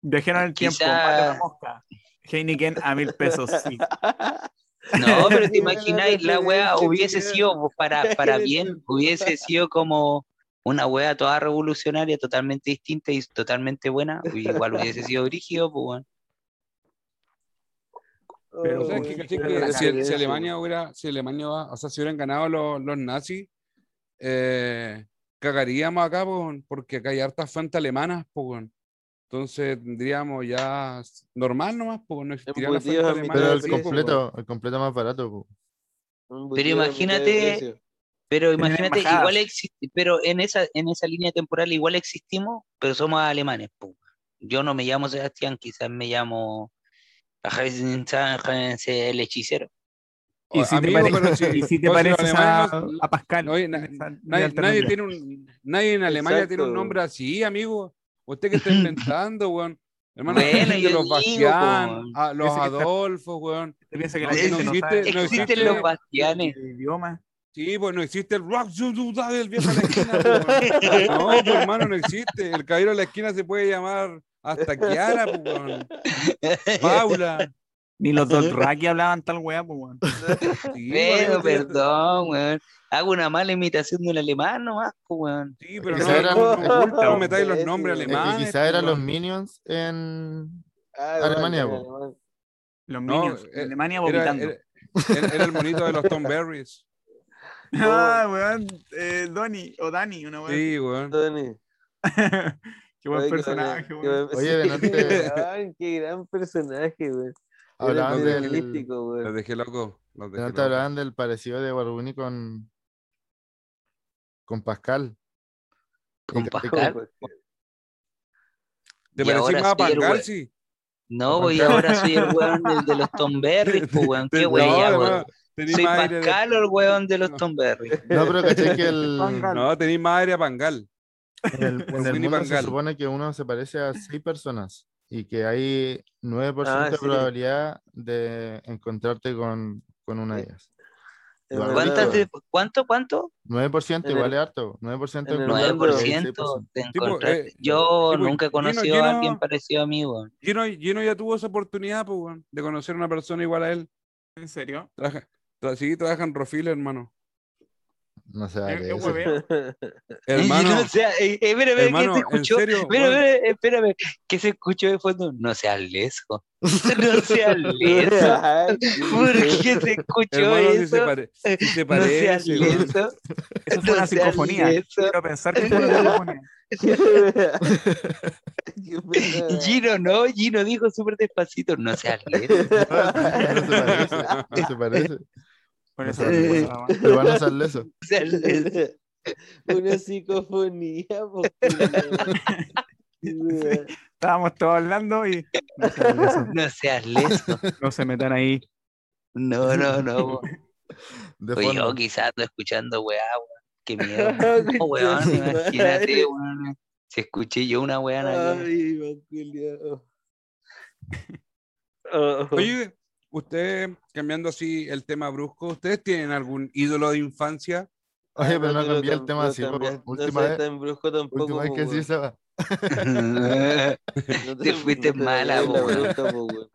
Speaker 3: Viajeros en el tiempo.
Speaker 1: Quizá-
Speaker 3: mata la mosca. Heineken a mil pesos. sí.
Speaker 1: No, pero te
Speaker 5: Qué buena
Speaker 1: imagináis, la weá
Speaker 5: referencia,
Speaker 1: hubiese
Speaker 5: culiao.
Speaker 1: sido pues, para, para
Speaker 5: Eres
Speaker 1: bien,
Speaker 5: un-
Speaker 1: hubiese sido como una weá toda revolucionaria, totalmente distinta y totalmente buena, igual hubiese sido brígido, pues weón.
Speaker 3: Pero,
Speaker 5: Oh,
Speaker 4: ¿Sabes
Speaker 5: weón,
Speaker 4: qué,
Speaker 3: bueno,
Speaker 4: caché?
Speaker 5: qué
Speaker 4: Que
Speaker 5: gran
Speaker 4: si, el- si
Speaker 5: referencia,
Speaker 4: Alemania hubiera, si Alemania, va- o sea, si hubieran ganado los, los nazis, eh, cagaríamos acá, po, weón, porque acá hay hartas fuentes alemanas, po, weón. Entonces tendríamos ya s- normal nomás, pues no existiría la
Speaker 5: Embutidos
Speaker 4: fuente
Speaker 5: a mitad
Speaker 4: alemana.
Speaker 2: Pero
Speaker 5: de
Speaker 2: el
Speaker 4: sí,
Speaker 5: precio,
Speaker 2: completo, el completo más barato. po.
Speaker 5: weón.
Speaker 1: Pero
Speaker 5: Un butido a mitad de
Speaker 1: imagínate-
Speaker 5: precio.
Speaker 1: Pero
Speaker 3: Tenían
Speaker 1: imagínate,
Speaker 3: embajadas.
Speaker 1: igual existe, pero en esa, en esa línea temporal igual existimos, pero somos alemanes, pum. yo no me llamo Sebastián, quizás me llamo el hechicero.
Speaker 3: Y si te
Speaker 4: Amigo, pero
Speaker 3: parece-
Speaker 4: si-
Speaker 3: y si te
Speaker 4: no, si los
Speaker 3: pareces a,
Speaker 4: alemanes no-
Speaker 3: a Pascal.
Speaker 4: no, oye, na-
Speaker 3: esa- de
Speaker 4: Nadie, nadie
Speaker 3: alternativa.
Speaker 4: tiene un, nadie en Alemania tiene un
Speaker 5: Exacto.
Speaker 4: nombre así, amigo. Usted que está inventando, weón. Hermano,
Speaker 1: Bueno,
Speaker 4: existen
Speaker 1: yo
Speaker 4: los
Speaker 1: digo,
Speaker 4: Bastián,
Speaker 1: po.
Speaker 4: a- los
Speaker 3: Ese que está-
Speaker 4: Adolfos, weón.
Speaker 3: Te piensa que la
Speaker 4: No,
Speaker 3: gente
Speaker 4: no
Speaker 3: no
Speaker 4: existe-
Speaker 3: sabe
Speaker 4: no
Speaker 1: Existen
Speaker 4: existe.
Speaker 1: los bastianes.
Speaker 3: el idioma.
Speaker 4: Sí, pues no existe el rock zu, zu, da del viejo de la esquina. pues, weón. No, pues, hermano, no existe. El caballero de la esquina se puede llamar hasta Kiara, pues, weón. Paula.
Speaker 3: Ni los Dothraki hablaban tal weá, pues, weón.
Speaker 4: Sí,
Speaker 1: Bueno,
Speaker 4: weón,
Speaker 1: perdón, weón. Hago una mala imitación del alemán nomás, po, weón.
Speaker 4: Sí, pero no,
Speaker 2: Quizá eran-
Speaker 4: no, no,
Speaker 5: oculta,
Speaker 4: no metáis los nombres
Speaker 5: Es que
Speaker 2: quizás
Speaker 4: alemanes.
Speaker 2: quizá eran
Speaker 4: pues,
Speaker 2: los
Speaker 4: weón.
Speaker 2: Minions en.
Speaker 5: Ah,
Speaker 2: Alemania,
Speaker 5: bueno,
Speaker 2: po.
Speaker 5: alemán.
Speaker 3: Los
Speaker 4: No,
Speaker 3: Minions.
Speaker 4: eh,
Speaker 3: Alemania
Speaker 4: Era,
Speaker 3: vomitando.
Speaker 4: era- era el monito de los Tom Berries.
Speaker 3: Ah, weón. Eh, Donnie o Dani, una weá.
Speaker 4: Sí, weón.
Speaker 5: Tony.
Speaker 3: Qué buen
Speaker 5: Ay, qué
Speaker 3: personaje,
Speaker 5: bacán,
Speaker 3: weón.
Speaker 5: qué buen-
Speaker 2: Oye, de noche-
Speaker 5: Ay, qué gran personaje, güey. Era
Speaker 2: Hablaban
Speaker 4: los
Speaker 2: del.
Speaker 5: protagonístico, güey.
Speaker 4: Los dejé loco. Los
Speaker 2: de
Speaker 4: dejé
Speaker 2: noche
Speaker 4: loco.
Speaker 2: hablaban del parecido de Barbuni con. Con Pascal.
Speaker 1: Con
Speaker 2: te- te-
Speaker 1: Pascal.
Speaker 4: ¿Te
Speaker 1: Y
Speaker 4: parecí
Speaker 1: ahora
Speaker 4: más a
Speaker 1: sí, el
Speaker 4: Pascal,
Speaker 1: güey.
Speaker 4: sí?
Speaker 1: No, voy ahora soy el weón del de los Tom Berries, po, weón. Qué
Speaker 4: No,
Speaker 1: weón,
Speaker 4: además, tenís
Speaker 1: Soy
Speaker 4: más aire de-
Speaker 1: Pascal o el weón de los
Speaker 4: No.
Speaker 1: Tom Berries.
Speaker 2: No, pero caché que el,
Speaker 3: Pascal.
Speaker 4: No, tenís más aire a Pangal.
Speaker 2: en el, en
Speaker 4: Por
Speaker 2: el
Speaker 4: Winnie
Speaker 2: mundo se
Speaker 4: Pangal.
Speaker 2: supone que uno se parece a seis personas y que hay 9% de
Speaker 5: Ah, sí.
Speaker 2: probabilidad de encontrarte con, con una de
Speaker 5: Sí.
Speaker 2: ellas.
Speaker 5: Es
Speaker 2: Igual.
Speaker 5: verdad,
Speaker 1: ¿Cuántas
Speaker 5: güey.
Speaker 1: de- ¿Cuánto, cuánto?
Speaker 2: 9%
Speaker 5: En
Speaker 2: igual
Speaker 5: el-
Speaker 2: es harto. 9% de
Speaker 5: en el
Speaker 2: encontrar porque hay
Speaker 1: 9%
Speaker 2: 6%.
Speaker 1: de
Speaker 4: Tipo,
Speaker 1: encontrarte.
Speaker 4: eh,
Speaker 1: Yo
Speaker 4: tipo,
Speaker 1: nunca he
Speaker 4: Gino-
Speaker 1: conocido
Speaker 4: Gino-
Speaker 1: a alguien parecido a mí, weón.
Speaker 4: Gino, Gino ya tuvo esa oportunidad, pues, weón, de conocer a una persona igual a él.
Speaker 3: ¿En serio?
Speaker 4: Trabaja, tra- sí, trabaja en Rofil, hermano.
Speaker 2: No se
Speaker 3: Eh, ¿Qué,
Speaker 2: vale
Speaker 3: qué
Speaker 2: eso.
Speaker 3: hueveo?
Speaker 4: Hermano,
Speaker 1: No sea, eh, eh, espérame, que
Speaker 4: hermano,
Speaker 1: se
Speaker 4: en
Speaker 1: escuchó.
Speaker 4: serio,
Speaker 1: Mira,
Speaker 4: weón.
Speaker 1: mira, espérame, que se escuchó de fondo. No seas lesco. No seas lesco.
Speaker 5: Ay,
Speaker 1: ¿Por
Speaker 5: sí.
Speaker 1: qué se escuchó
Speaker 4: hermano, si se,
Speaker 1: eso? Eh,
Speaker 4: pare- si se
Speaker 1: No seas
Speaker 4: parece, weón.
Speaker 1: leso.
Speaker 3: Eso fue una
Speaker 1: No seas
Speaker 3: psicofonía.
Speaker 1: leso.
Speaker 3: Quiero pensar que fue una psicofonía.
Speaker 5: Qué pena.
Speaker 1: Gino no, Gino dijo súper despacito. No seas leso.
Speaker 2: No se parece. No se parece.
Speaker 3: Por
Speaker 2: No
Speaker 3: eso
Speaker 2: sé.
Speaker 3: no te pasaba, weón.
Speaker 2: Pero van a usar eso.
Speaker 1: No seas leso.
Speaker 5: Una psicofonía, po, culiao.
Speaker 3: Estábamos todos hablando y no se,
Speaker 1: No seas leso.
Speaker 3: no se metan ahí.
Speaker 1: No, no, no. weón.
Speaker 2: De
Speaker 1: Oye, yo
Speaker 2: fondo.
Speaker 1: quizás ando escuchando, weá, weón. Qué miedo. No, Oh, weón, imagínate, weón. Si escuché yo una weá aquí.
Speaker 5: Ay, po, culiao. Oh, oh.
Speaker 4: Oye, usted, cambiando así el tema brusco, ¿ustedes tienen algún ídolo de infancia?
Speaker 2: Oye,
Speaker 5: Ah,
Speaker 2: pero no
Speaker 5: te lo
Speaker 2: cambié el
Speaker 5: cam-
Speaker 2: tema
Speaker 5: no
Speaker 2: así. po.
Speaker 5: cambiaste, no
Speaker 2: Última
Speaker 5: seas
Speaker 2: vez-
Speaker 5: tan brusco tampoco,
Speaker 2: Última vez
Speaker 5: po,
Speaker 2: que sí
Speaker 5: weón.
Speaker 2: se va.
Speaker 5: No
Speaker 1: te fuiste
Speaker 5: no te
Speaker 1: mala,
Speaker 5: vayas
Speaker 1: po,
Speaker 5: la
Speaker 1: weón.
Speaker 5: brusca, po, weón.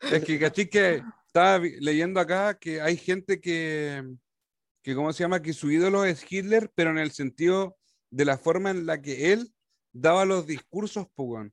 Speaker 4: Es que, ¿cachai? Que estaba vi- leyendo acá que hay gente que, que, ¿cómo se llama? Que su ídolo es Hitler, pero en el sentido de la forma en la que él daba los discursos, Pugón.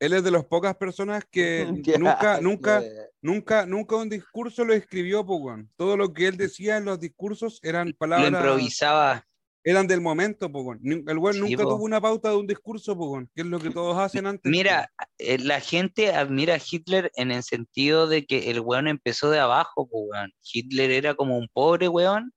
Speaker 4: Él es de las pocas personas que
Speaker 5: Ya,
Speaker 4: nunca,
Speaker 5: qué
Speaker 4: nunca,
Speaker 5: weá.
Speaker 4: nunca, nunca un discurso lo escribió, Pugón. Todo lo que él decía en los discursos eran
Speaker 1: Mm. Lo
Speaker 4: palabras
Speaker 1: improvisaba.
Speaker 4: eran del momento, Pogón. El weón
Speaker 1: Sí,
Speaker 4: nunca
Speaker 1: po.
Speaker 4: tuvo una pauta de un discurso, Pogón, que es lo que todos hacen antes.
Speaker 1: Mira, eh, la gente admira a Hitler en el sentido de que el weón empezó de abajo, po, weón. Hitler era como un pobre weón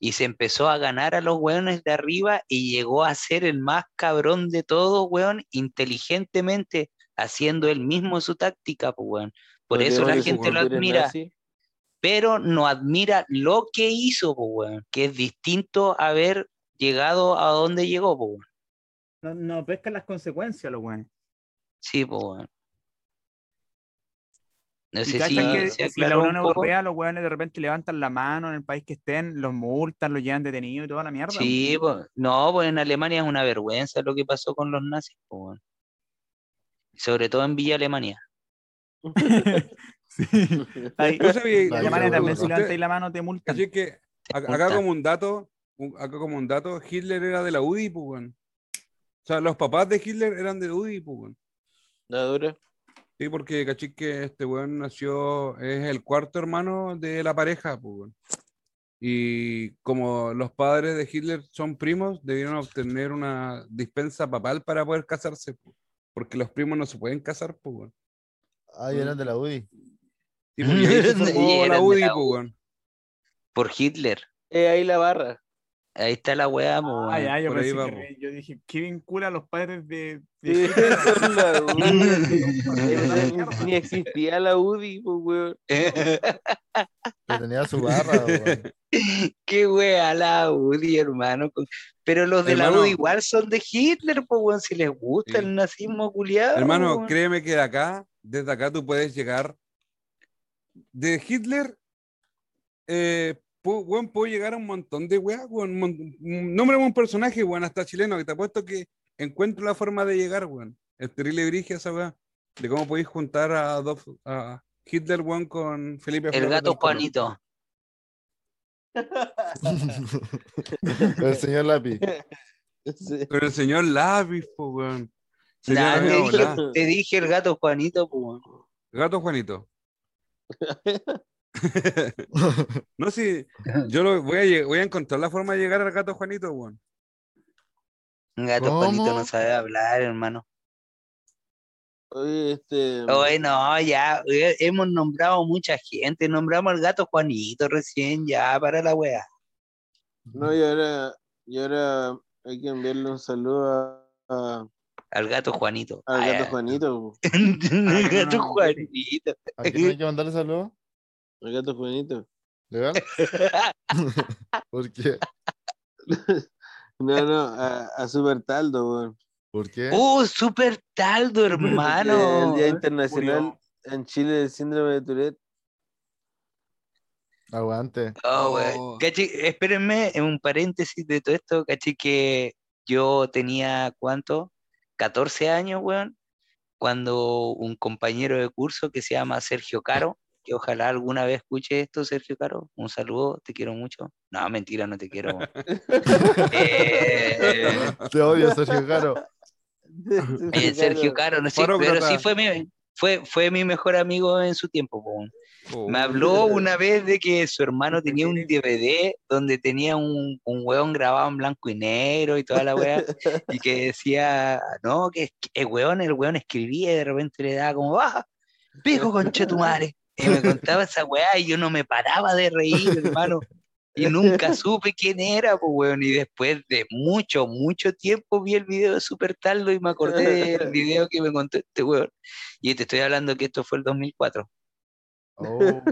Speaker 1: y se empezó a ganar a los weones de arriba y llegó a ser el más cabrón de todos, weón, inteligentemente, haciendo él mismo su táctica, po, weón. Por
Speaker 5: Porque
Speaker 1: eso la
Speaker 5: vos
Speaker 4: eres un
Speaker 1: gente lo
Speaker 5: cultura
Speaker 1: admira.
Speaker 5: nazi.
Speaker 1: pero no admira lo que hizo, po, weón, que es distinto a haber llegado a donde llegó, po, weón.
Speaker 3: No, no pescan las consecuencias, los weones.
Speaker 1: Sí, po, weón. No
Speaker 3: Y
Speaker 1: sé si
Speaker 3: cachan que
Speaker 1: se
Speaker 3: si la
Speaker 1: aclaró
Speaker 3: Unión
Speaker 1: un poco.
Speaker 3: Europea, los weones de repente levantan la mano en el país que estén, los multan, los llevan detenidos y toda la mierda.
Speaker 1: Sí, po. no, pues en Alemania es una vergüenza lo que pasó con los nazis, po, weón. Sobre todo en Villa Alemania.
Speaker 3: weón. sí. Ahí,
Speaker 4: Yo sabía-
Speaker 3: la
Speaker 2: Vale,
Speaker 3: Alemania
Speaker 2: yo-
Speaker 3: también, si
Speaker 4: usted-
Speaker 3: levantáis la mano, te multan.
Speaker 4: Así que a- acá
Speaker 1: multan.
Speaker 4: como un dato, un- acá como un dato, Hitler era de la UDI, Pugón. O sea, los papás de Hitler eran de la UDI, Pugón.
Speaker 5: La dura.
Speaker 4: Sí, porque cachique este weón nació, es el cuarto hermano de la pareja, Pugón. Y como los padres de Hitler son primos, debieron obtener una dispensa papal para poder casarse, po, porque los primos no se pueden casar, pues, Pugón.
Speaker 2: Ay, Ah, eran de la UDI.
Speaker 4: pues, Y ahí se
Speaker 1: Y
Speaker 4: formó
Speaker 1: eran de
Speaker 4: la UDI,
Speaker 1: la
Speaker 4: po,
Speaker 1: UDI.
Speaker 4: weón.
Speaker 1: Por Hitler.
Speaker 5: Eh, ahí la barra.
Speaker 1: Ahí está la weá,
Speaker 3: Ah, ya, yo,
Speaker 4: por
Speaker 3: pensé
Speaker 4: ahí
Speaker 3: que
Speaker 4: vamos.
Speaker 3: re- yo dije, ¿qué vincula a los padres de...
Speaker 5: Sí,
Speaker 3: de-
Speaker 5: esa es la
Speaker 3: Mierda.
Speaker 5: wea. Ni existía la UDI, pues, weón.
Speaker 2: Pero tenía su barra, weón.
Speaker 1: Qué wea la UDI, hermano. Pero los de la
Speaker 4: Hermano.
Speaker 1: UDI igual son de Hitler, pues, weón, si les gusta
Speaker 4: Sí.
Speaker 1: el nazismo culiado.
Speaker 4: Hermano, créeme que de acá, desde acá tú puedes llegar. De Hitler, eh, pu- weón, puedo llegar a un montón de weas, weón. un mon- un- Nómbrame un personaje, weón, hasta chileno, que te apuesto que encuentro la forma de llegar, weón. El terrible brigia esa wea. De cómo podéis juntar a, Adolf- a Hitler, weón, con Felipe
Speaker 1: el
Speaker 4: Flores
Speaker 1: gato
Speaker 4: del Polo.
Speaker 1: Juanito.
Speaker 2: El señor Lapi.
Speaker 5: Sí.
Speaker 4: Con el señor Lápiz, po, weón. Sería
Speaker 1: Nah,
Speaker 4: la
Speaker 1: te,
Speaker 4: wea
Speaker 1: dije,
Speaker 4: volada.
Speaker 1: te dije el gato Juanito, pues, weón.
Speaker 4: Gato Juanito. no, sí, yo lo, voy, a, lle- voy a encontrar la forma de llegar al gato Juanito, weón.
Speaker 1: Un gato
Speaker 2: ¿Cómo?
Speaker 1: Juanito no sabe hablar, hermano.
Speaker 5: Oye, este.
Speaker 1: Oye, no, ya eh, hemos nombrado mucha gente. Nombramos al gato Juanito recién, ya, para la wea.
Speaker 5: No, y ahora, y ahora hay que enviarle un saludo a, a-
Speaker 1: Al gato Juanito.
Speaker 5: al
Speaker 1: Ah,
Speaker 5: gato
Speaker 1: ya.
Speaker 5: Juanito. pues, po.
Speaker 1: El
Speaker 3: Ah, no,
Speaker 1: gato
Speaker 3: no,
Speaker 1: Juanito.
Speaker 2: ¿A quién hay que mandarle saludos?
Speaker 5: Al gato Juanito.
Speaker 2: ¿Legal? ¿Por qué?
Speaker 5: No, no, a, a Super Taldo, weón.
Speaker 2: ¿Por
Speaker 3: ¿Eh?
Speaker 2: qué?
Speaker 1: ¡Uh, super taldo,
Speaker 5: Eh, El
Speaker 1: hermano!
Speaker 5: Día Internacional en Chile del Síndrome de Tourette.
Speaker 2: Aguante.
Speaker 1: Oh, wey.
Speaker 4: Oh.
Speaker 1: Cachi, espérenme en un paréntesis de todo esto, cachi, que yo tenía, ¿cuánto? 14 años, weón, cuando un compañero de curso que se llama Sergio Caro, que ojalá alguna vez escuche esto, Sergio Caro, un saludo, te quiero mucho. No, mentira, no te quiero. weón. Eh,
Speaker 2: Te odio, Sergio Caro.
Speaker 1: Eh, Sergio Caro, no sé, pero
Speaker 4: Parócrata.
Speaker 1: sí fue mi, fue, fue mi mejor amigo en su tiempo. po, weón.
Speaker 4: Oh,
Speaker 1: Me habló una vez de que su hermano tenía un DVD donde tenía un, un weón grabado en blanco y negro y toda la weá, y que decía, no, que es- el weón, el weón escribía y de repente le daba como, baja, pico concha tu madre. Y me contaba esa weá y yo no me paraba de reír, hermano. Y nunca supe quién era, pues, weón. Y después de mucho, mucho tiempo vi el video de Super Taldo y me acordé del video que me contó este weón. Y te estoy hablando que esto fue el 2004.
Speaker 2: Oh.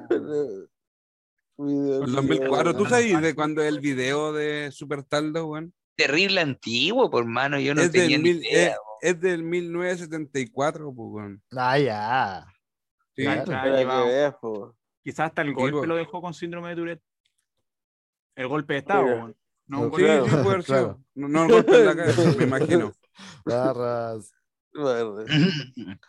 Speaker 4: El 2004, ¿tú
Speaker 3: Ah,
Speaker 4: sabes
Speaker 3: no.
Speaker 4: de cuándo es el video de Super Taldo, weón?
Speaker 1: Terrible antiguo, por mano. Yo no
Speaker 4: es,
Speaker 1: tenía
Speaker 4: del
Speaker 1: ni
Speaker 4: mil-
Speaker 1: idea.
Speaker 4: es, es del 1974, po, pues, weón.
Speaker 2: Ah, ya.
Speaker 4: Sí,
Speaker 2: Claro.
Speaker 3: Cacha,
Speaker 5: Para que
Speaker 3: llevaba-
Speaker 5: veas, po.
Speaker 3: Quizás hasta el
Speaker 4: Sí,
Speaker 3: golpe
Speaker 4: po.
Speaker 3: lo dejó con síndrome de Tourette. El golpe de estado,
Speaker 5: Mira.
Speaker 3: weón. No, un
Speaker 2: Sí,
Speaker 4: Sí,
Speaker 3: golpe-
Speaker 2: Claro,
Speaker 4: sí, puede haber sido.
Speaker 2: claro.
Speaker 4: No, no golpe en la cabeza, me imagino.
Speaker 2: Barras.
Speaker 5: Bueno,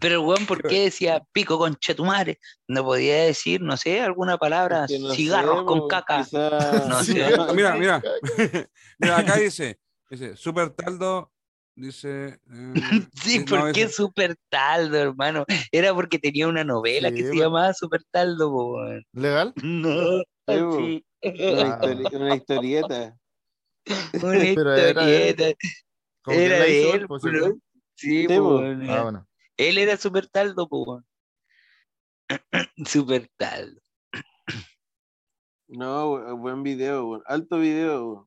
Speaker 1: Pero el weón, ¿por
Speaker 4: Qué
Speaker 1: qué decía pico con chetumare? No podía decir, no sé, alguna palabra,
Speaker 5: es que no
Speaker 1: cigarros
Speaker 5: sé,
Speaker 1: con
Speaker 5: po,
Speaker 1: caca.
Speaker 5: quizá-
Speaker 1: No sé.
Speaker 4: Ah, Mira, mira. Mira, acá dice, dice, Super Taldo, dice... eh,
Speaker 1: Sí,
Speaker 4: no,
Speaker 1: ¿por qué
Speaker 4: dice-
Speaker 1: Super Taldo, hermano? Era porque tenía una novela
Speaker 2: Sí,
Speaker 1: que se
Speaker 2: weón.
Speaker 1: llamaba Super Taldo, po, weón.
Speaker 2: ¿Legal?
Speaker 1: No,
Speaker 5: weón.
Speaker 1: sí.
Speaker 5: Una, histori- una historieta.
Speaker 1: Una
Speaker 2: Pero era él.
Speaker 1: historieta.
Speaker 2: ¿Cómo que
Speaker 1: Era
Speaker 2: la hizo
Speaker 1: de
Speaker 2: él,
Speaker 1: él,
Speaker 2: pues,
Speaker 1: po,
Speaker 2: seguro?
Speaker 1: weón. Sí,
Speaker 5: Sí,
Speaker 1: po,
Speaker 5: po.
Speaker 1: weón,
Speaker 2: Ah, bueno.
Speaker 1: Él era Super Taldo, po, weón. Super Taldo.
Speaker 5: No, bu- buen video, weón. Alto video, weón.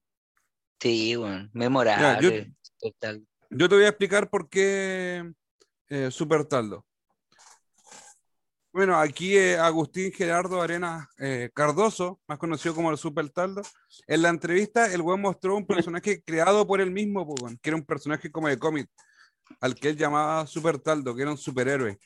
Speaker 1: Sí, weón. Memorable. Super Taldo.
Speaker 4: Yo te voy a explicar por qué eh, Super Taldo. Bueno, aquí eh, Agustín Gerardo Arenas eh, Cardoso, más conocido como el Super Taldo, en la entrevista el weón mostró un personaje creado por él mismo, po, weón, que era un personaje como de cómic, al que él llamaba Super Taldo, que era un superhéroe.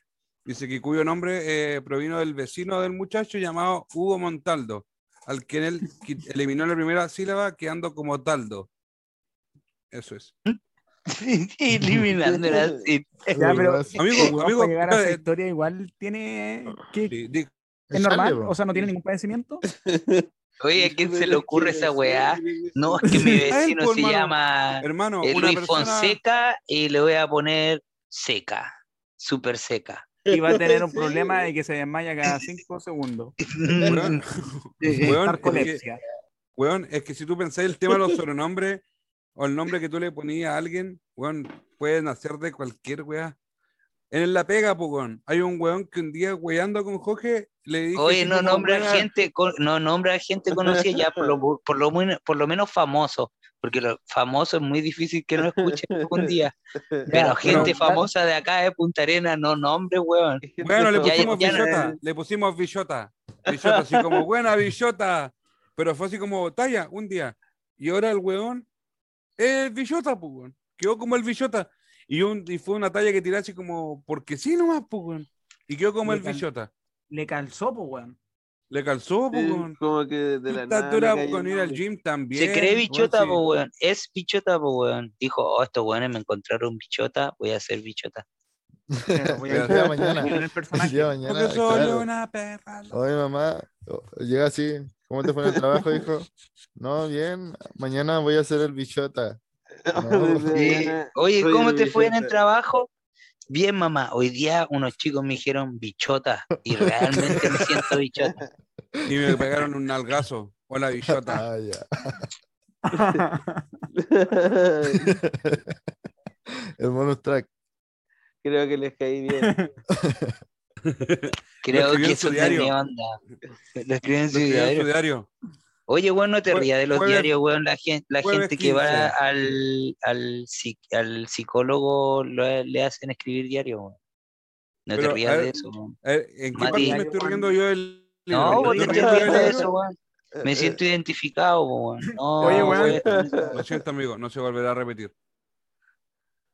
Speaker 4: Dice que cuyo nombre eh, provino del vecino del muchacho llamado Hugo Montaldo, al que él qui- eliminó la primera sílaba quedando como Taldo. Eso es.
Speaker 1: Eliminando la sí.
Speaker 3: Ya, pero-
Speaker 2: Sí,
Speaker 4: Amigo,
Speaker 3: weón,
Speaker 4: amigo,
Speaker 3: para llegar a esa
Speaker 4: eh,
Speaker 3: historia igual tiene... que-
Speaker 4: Sí, di-
Speaker 2: sale,
Speaker 3: ¿Es normal?
Speaker 2: po.
Speaker 3: O sea, ¿no tiene ningún padecimiento?
Speaker 1: Oye, ¿a quién se le ocurre esa weá? No, es que mi
Speaker 4: A él,
Speaker 1: vecino
Speaker 4: po,
Speaker 1: se
Speaker 4: hermano.
Speaker 1: llama
Speaker 4: hermano,
Speaker 1: eh,
Speaker 4: una
Speaker 1: Luis
Speaker 4: persona-
Speaker 1: Fonseca y le voy a poner seca. Super seca.
Speaker 3: Y va a tener un
Speaker 5: Sí,
Speaker 3: problema
Speaker 5: weón.
Speaker 3: de que se desmaya cada cinco segundos.
Speaker 4: Weón, weón, es, que,
Speaker 3: Narcolepsia.
Speaker 4: weón, es que si tú pensáis el tema de los sobrenombres o el nombre que tú le ponías a alguien, weón, puede nacer de cualquier weá. En la pega, pugón. Hay un weón que un día weyando con Jorge le dijo.
Speaker 1: Oye, no nombra gente, con- no nombra gente conocida ya, por lo, por lo, men- por lo menos famoso, porque los famosos es muy difícil que no escuchen algún día. Pero gente famosa de acá de Punta Arena, no nombre, weón.
Speaker 4: Bueno, le
Speaker 1: Ya-
Speaker 4: pusimos
Speaker 1: ya-
Speaker 4: billota. Le pusimos billota. Billota, así como, buena billota. Pero fue así como, talla, un día. Y ahora el weón, el billota, pugón. Quedó como el billota. Y, un, y fue una talla que tiró así como, porque sí nomás, pugón. Y quedó como
Speaker 3: Le
Speaker 4: el
Speaker 3: cal-
Speaker 4: billota.
Speaker 3: Le calzó, pues, weón.
Speaker 4: Le calzó, pugón.
Speaker 5: Como que de la nada.
Speaker 4: Dura
Speaker 5: le cayó
Speaker 4: con
Speaker 5: el
Speaker 4: ir al
Speaker 5: nombre.
Speaker 4: gym también.
Speaker 1: Se cree
Speaker 4: weón,
Speaker 1: bichota,
Speaker 4: sí.
Speaker 1: po, weón. Es bichota, po, weón. Dijo, oh, estos weones me encontraron bichota, voy a ser bichota.
Speaker 3: Pero voy a
Speaker 2: El día de
Speaker 3: voy a
Speaker 2: mañana.
Speaker 3: poner el
Speaker 2: El día
Speaker 3: personaje.
Speaker 2: de mañana.
Speaker 4: Porque soy
Speaker 2: claro.
Speaker 4: una perra.
Speaker 2: Oye, mamá, o- llega así. ¿Cómo te fue en el trabajo, hijo? No, bien. Mañana voy a hacer el bichota. No.
Speaker 5: De
Speaker 1: Sí.
Speaker 5: mañana
Speaker 1: Oye,
Speaker 5: soy
Speaker 1: ¿cómo
Speaker 5: el
Speaker 1: te fue en el
Speaker 5: billota.
Speaker 1: trabajo? Bien, mamá. Hoy día unos chicos me dijeron bichota y realmente me siento bichota.
Speaker 4: Y me pegaron un nalgazo. Hola, billota.
Speaker 2: Ah, ya. El bonus track.
Speaker 5: Creo que les caí bien.
Speaker 1: Creo
Speaker 4: escribió
Speaker 1: que
Speaker 4: en su
Speaker 1: eso es de mi
Speaker 4: diario.
Speaker 1: onda. Lo escriben en su
Speaker 4: Lo escribió en su
Speaker 1: diario.
Speaker 4: diario.
Speaker 1: Oye, weón, no te
Speaker 4: Jue-
Speaker 1: rías de los
Speaker 4: jueves-
Speaker 1: diarios, weón. La gente, la
Speaker 4: jueves
Speaker 1: gente que va
Speaker 4: 15.
Speaker 1: al, al, psi- al psicólogo lo- le hacen escribir diario, weón. No
Speaker 4: Pero,
Speaker 1: te
Speaker 4: a
Speaker 1: rías de
Speaker 4: ver,
Speaker 1: eso, weón.
Speaker 4: Eh, ¿En qué
Speaker 1: Mati.
Speaker 4: parte me estoy riendo yo del libro?
Speaker 1: No,
Speaker 4: ¿Me
Speaker 1: weón, no
Speaker 4: estoy
Speaker 1: te
Speaker 4: riendo
Speaker 1: rías de
Speaker 4: del
Speaker 1: eso,
Speaker 4: libro?
Speaker 1: weón. Me
Speaker 2: Eh,
Speaker 1: siento identificado, weón. No,
Speaker 3: Oye, weón.
Speaker 4: Lo siento, amigo, no se volverá a repetir.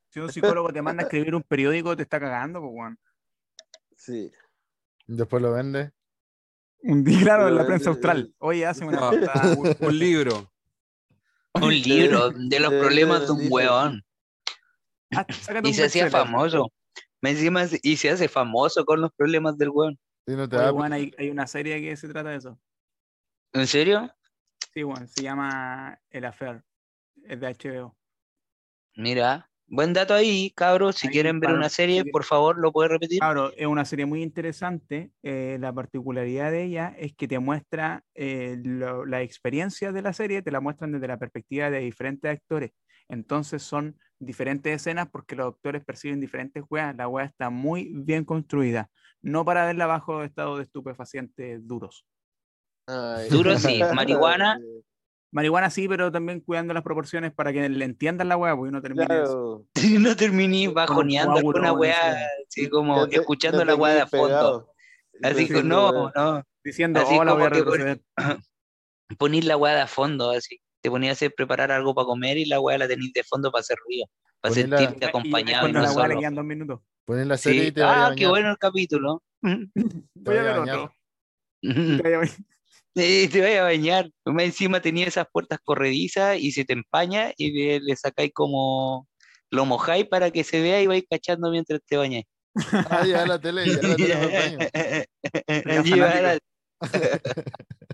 Speaker 3: Si un psicólogo te manda a escribir un periódico, te está cagando, pues, weón.
Speaker 5: Sí.
Speaker 2: Después lo vende.
Speaker 3: Un día, claro, en la
Speaker 5: Pero,
Speaker 3: prensa
Speaker 5: eh,
Speaker 3: austral. Oye, hace una
Speaker 4: Ah,
Speaker 3: portada,
Speaker 4: un, un libro.
Speaker 1: Un libro de los
Speaker 5: de-
Speaker 1: problemas
Speaker 5: de-
Speaker 1: de un
Speaker 5: dice-
Speaker 1: weón.
Speaker 3: Ah, sácate
Speaker 1: Y
Speaker 3: un
Speaker 1: se hacía
Speaker 3: bestseller.
Speaker 1: famoso. Me encima, se- y se hace famoso con los problemas del weón.
Speaker 2: Y no te
Speaker 3: Oye,
Speaker 2: da.
Speaker 3: weón, hay, hay una serie que se trata de eso.
Speaker 1: ¿En serio?
Speaker 3: Sí, weón, se llama El Affair. Es de HBO.
Speaker 1: Mira, buen dato ahí, cabros. Si
Speaker 3: Ahí, Ah.
Speaker 1: quieren ver
Speaker 3: para-
Speaker 1: una
Speaker 3: si
Speaker 1: serie,
Speaker 3: quieren-
Speaker 1: por favor, lo puedes repetir.
Speaker 3: Claro, es una serie muy interesante. eh, la particularidad de ella es que te muestra eh, lo- las experiencias de la serie, te la muestran desde la perspectiva de diferentes actores. Entonces son diferentes escenas porque los actores perciben diferentes weas. La wea está muy bien construida. No para verla bajo estado de estupefacientes duros.
Speaker 5: Ay.
Speaker 1: Duro sí, marihuana.
Speaker 3: Marihuana sí, pero también cuidando las proporciones para que le entiendan la wea, pues, porque uno termina
Speaker 5: Claro.
Speaker 1: No terminé bajoneando
Speaker 3: coágulo,
Speaker 1: con una
Speaker 3: weón,
Speaker 1: weá, así como
Speaker 5: Ya te-
Speaker 1: escuchando
Speaker 5: ya
Speaker 1: la
Speaker 5: te
Speaker 1: weá de a
Speaker 5: quedé
Speaker 1: fondo.
Speaker 5: pegado.
Speaker 1: Así que
Speaker 5: Entonces,
Speaker 1: no,
Speaker 5: weón,
Speaker 1: no.
Speaker 3: diciendo,
Speaker 1: Así
Speaker 3: hola, voy a
Speaker 1: como que pone-
Speaker 3: retroceder.
Speaker 1: Ponís la weá de a fondo, así. Te ponías a hacer preparar algo para comer y la weá la tenís de fondo para hacer ruido, para
Speaker 2: Ponís la-
Speaker 1: sentirte acompañado y
Speaker 3: Cuando
Speaker 1: no
Speaker 3: la wea le
Speaker 1: solo.
Speaker 3: quedan dos minutos.
Speaker 2: Pones la
Speaker 1: Sí.
Speaker 2: serie y te vaya a
Speaker 1: Ah,
Speaker 2: bañar.
Speaker 1: qué bueno el capítulo.
Speaker 3: Voy a
Speaker 2: vaya a
Speaker 3: ver
Speaker 2: bañar.
Speaker 3: otro. Voy a ver-
Speaker 1: Eh, te vayas a bañar. Más Encima tenía esas puertas corredizas y se te empaña y le, le sacáis como lo mojáis para que se vea y vais cachando mientras te bañas.
Speaker 2: Ah, ya la tele, ya la tele por baño.
Speaker 1: Llevar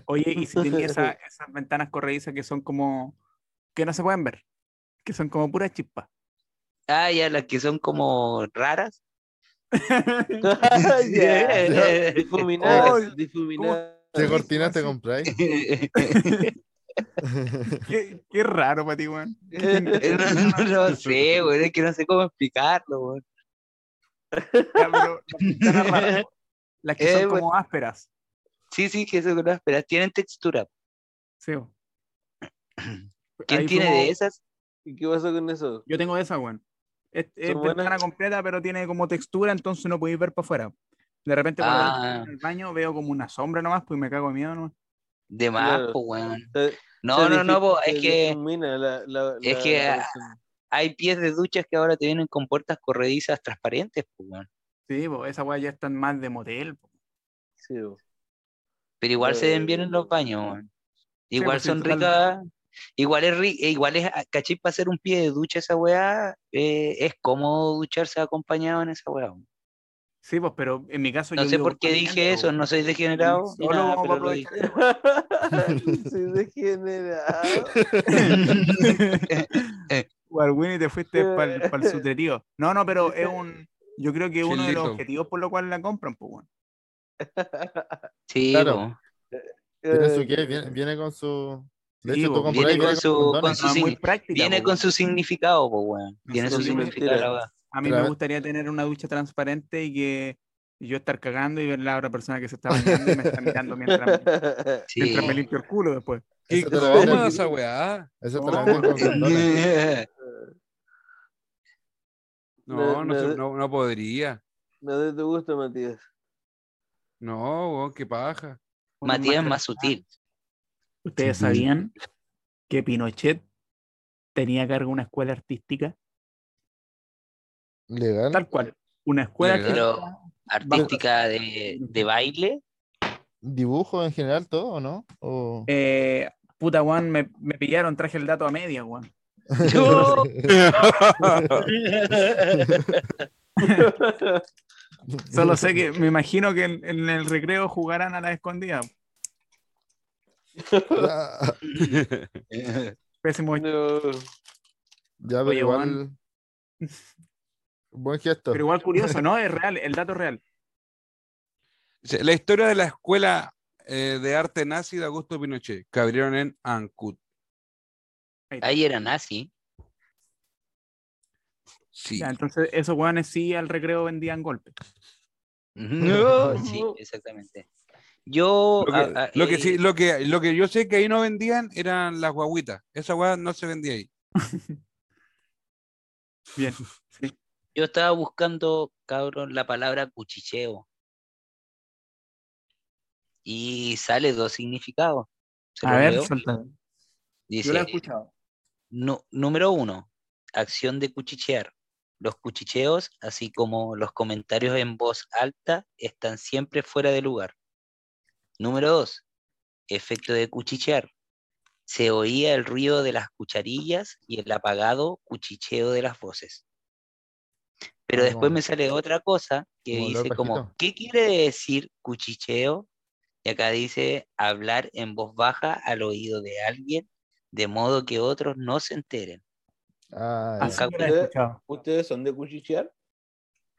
Speaker 3: Oye, y si tenía esa- esas ventanas corredizas que son como, que no se pueden ver, que son como puras chispas.
Speaker 1: a- ah, ya las que son como raras.
Speaker 5: Ya, ya,
Speaker 3: Ay,
Speaker 5: Difuminadas. Difuminadas.
Speaker 2: ¿Qué cortinas te compráis?
Speaker 3: qué, qué raro para ti, weón.
Speaker 1: no, no lo sé, güey, es que no sé cómo explicarlo, güey.
Speaker 3: Ya, pero las ventanas raras, Las que
Speaker 1: Eh,
Speaker 3: son
Speaker 1: weón.
Speaker 3: como ásperas.
Speaker 1: Sí, sí, que son unas, pero tienen textura.
Speaker 3: Sí. weón.
Speaker 1: ¿Quién
Speaker 3: Ahí
Speaker 1: tiene
Speaker 3: fuimos-
Speaker 1: de esas?
Speaker 5: ¿Y qué pasó con eso?
Speaker 3: Yo tengo esa, weón. Es, es
Speaker 5: Son
Speaker 3: ventana
Speaker 5: buenas.
Speaker 3: completa, pero tiene como textura, entonces no podéis ver para afuera. De repente cuando
Speaker 1: Ah.
Speaker 3: entro en el baño veo como una sombra nomás, pues me cago de miedo nomás.
Speaker 1: De más,
Speaker 5: Claro.
Speaker 1: pues, weón.
Speaker 5: Se-
Speaker 1: No,
Speaker 5: se
Speaker 1: no, no,
Speaker 5: difu-
Speaker 1: po,
Speaker 5: se
Speaker 1: es que
Speaker 5: difumina la- la-
Speaker 1: es
Speaker 5: la-
Speaker 1: que,
Speaker 5: la-
Speaker 1: hay pies de duchas que ahora te vienen con puertas corredizas transparentes, pues, weón.
Speaker 3: Sí, pues esas weas ya están más de motel. po.
Speaker 5: sí, bo.
Speaker 1: Pero igual se ven bien en los
Speaker 5: Eh,
Speaker 1: baños, weón. Igual
Speaker 3: pues sí,
Speaker 1: son
Speaker 3: total.
Speaker 1: ricas. Igual es ri- e igual es, ah, ¿cachai? Para hacer un pie de ducha esa weá, eh, es cómodo ducharse acompañado en esa weá. weón.
Speaker 3: Sí, pues, pero en mi caso
Speaker 1: No
Speaker 3: yo
Speaker 1: sé
Speaker 3: vivo
Speaker 1: por qué
Speaker 3: acompañado,
Speaker 1: dije eso,
Speaker 3: weón.
Speaker 1: no soy degenerado. ni
Speaker 3: Solo
Speaker 1: nada,
Speaker 3: vamos a
Speaker 1: pero lo dije.
Speaker 3: aprovechar el-
Speaker 5: Soy degenerado.
Speaker 1: Eh,
Speaker 3: Walwini, te fuiste para el sutrerío. No, no, pero es un. Yo creo que uno de los
Speaker 4: Childito.
Speaker 3: objetivos por lo cual la compran, pues, weón.
Speaker 1: Sí,
Speaker 2: Claro.
Speaker 1: po.
Speaker 2: Tiene
Speaker 5: eh,
Speaker 2: su qué, viene, viene con su. De
Speaker 3: Sí,
Speaker 2: hecho, tú
Speaker 3: bo,
Speaker 2: compras
Speaker 1: viene
Speaker 2: y
Speaker 1: con su-
Speaker 2: condones.
Speaker 1: con su
Speaker 3: No, es muy
Speaker 1: signi-
Speaker 3: práctica.
Speaker 1: viene
Speaker 3: po,
Speaker 1: con
Speaker 3: weón.
Speaker 1: su significado, pues, weón. Tiene
Speaker 3: sé
Speaker 1: su
Speaker 3: por qué me
Speaker 1: significado la
Speaker 5: enteré.
Speaker 1: weá.
Speaker 3: A mí
Speaker 2: Tra-
Speaker 3: me gustaría tener una ducha transparente y que yo estar cagando y ver la otra persona que se está bañando y me está mirando mientras,
Speaker 1: Sí.
Speaker 3: mientras me limpio el culo después.
Speaker 4: ¿Qué
Speaker 2: Eso te lo venden.
Speaker 4: cómoda esa weá?
Speaker 2: Eso te
Speaker 3: No,
Speaker 2: lo venden con
Speaker 3: porque-
Speaker 2: condones.
Speaker 4: No,
Speaker 5: No,
Speaker 4: no, se-
Speaker 5: no.
Speaker 4: no- no podría.
Speaker 5: No de tu gusto, Matías.
Speaker 4: No, weón, qué paja.
Speaker 3: Unos
Speaker 1: Matías es más
Speaker 3: tra-
Speaker 1: sutil.
Speaker 3: ¿Ustedes sabían que Pinochet tenía a cargo una escuela artística?
Speaker 2: Legal.
Speaker 3: Tal cual. Una escuela
Speaker 4: Legal.
Speaker 3: artística.
Speaker 1: Artística de, de baile.
Speaker 2: Dibujo en general todo, ¿o ¿no? O-
Speaker 3: Eh, puta, Juan, me, me pillaron, traje el dato a media, Juan.
Speaker 1: No.
Speaker 3: Solo sé que me imagino que en, en el recreo jugarán a la escondida.
Speaker 2: Ya,
Speaker 3: Pésimo
Speaker 5: No.
Speaker 2: ya, pero
Speaker 3: Oye,
Speaker 2: igual. Buen gesto.
Speaker 3: Pero igual curioso, ¿no? Es real, el dato es real.
Speaker 4: Sí, La historia de la escuela eh, de arte nazi de Augusto Pinochet, que abrieron en Ancud.
Speaker 1: Ahí era nazi.
Speaker 4: Sí.
Speaker 3: Ya, entonces, esos weones sí al recreo vendían golpes.
Speaker 1: No, sí, exactamente. Yo.
Speaker 4: Lo que,
Speaker 1: ah, ah,
Speaker 4: lo que
Speaker 1: eh,
Speaker 4: sí, lo que, lo que yo sé que ahí no vendían eran las guaguitas. Esa guagua no se vendía ahí.
Speaker 3: Bien.
Speaker 1: Yo estaba buscando, cabrón, la palabra cuchicheo. Y sale dos significados. Se
Speaker 3: A
Speaker 1: los
Speaker 3: ver,
Speaker 1: leo.
Speaker 3: suelta.
Speaker 1: Dice,
Speaker 3: Yo lo he escuchado.
Speaker 1: nu- número uno, acción de cuchichear. Los cuchicheos, así como los comentarios en voz alta, están siempre fuera de lugar. Número dos, efecto de cuchichear. Se oía el ruido de las cucharillas y el apagado cuchicheo de las voces. Pero
Speaker 2: Oye,
Speaker 1: después
Speaker 2: como-
Speaker 1: me sale otra cosa que
Speaker 2: como hablar
Speaker 1: dice como,
Speaker 2: bajito.
Speaker 1: ¿qué quiere decir cuchicheo? Y acá dice hablar en voz baja al oído de alguien, de modo que otros no se enteren.
Speaker 2: Ah, ya.
Speaker 3: Así
Speaker 1: Acá-
Speaker 3: que lo he escuchado.
Speaker 5: ¿Ustedes son de cuchichear?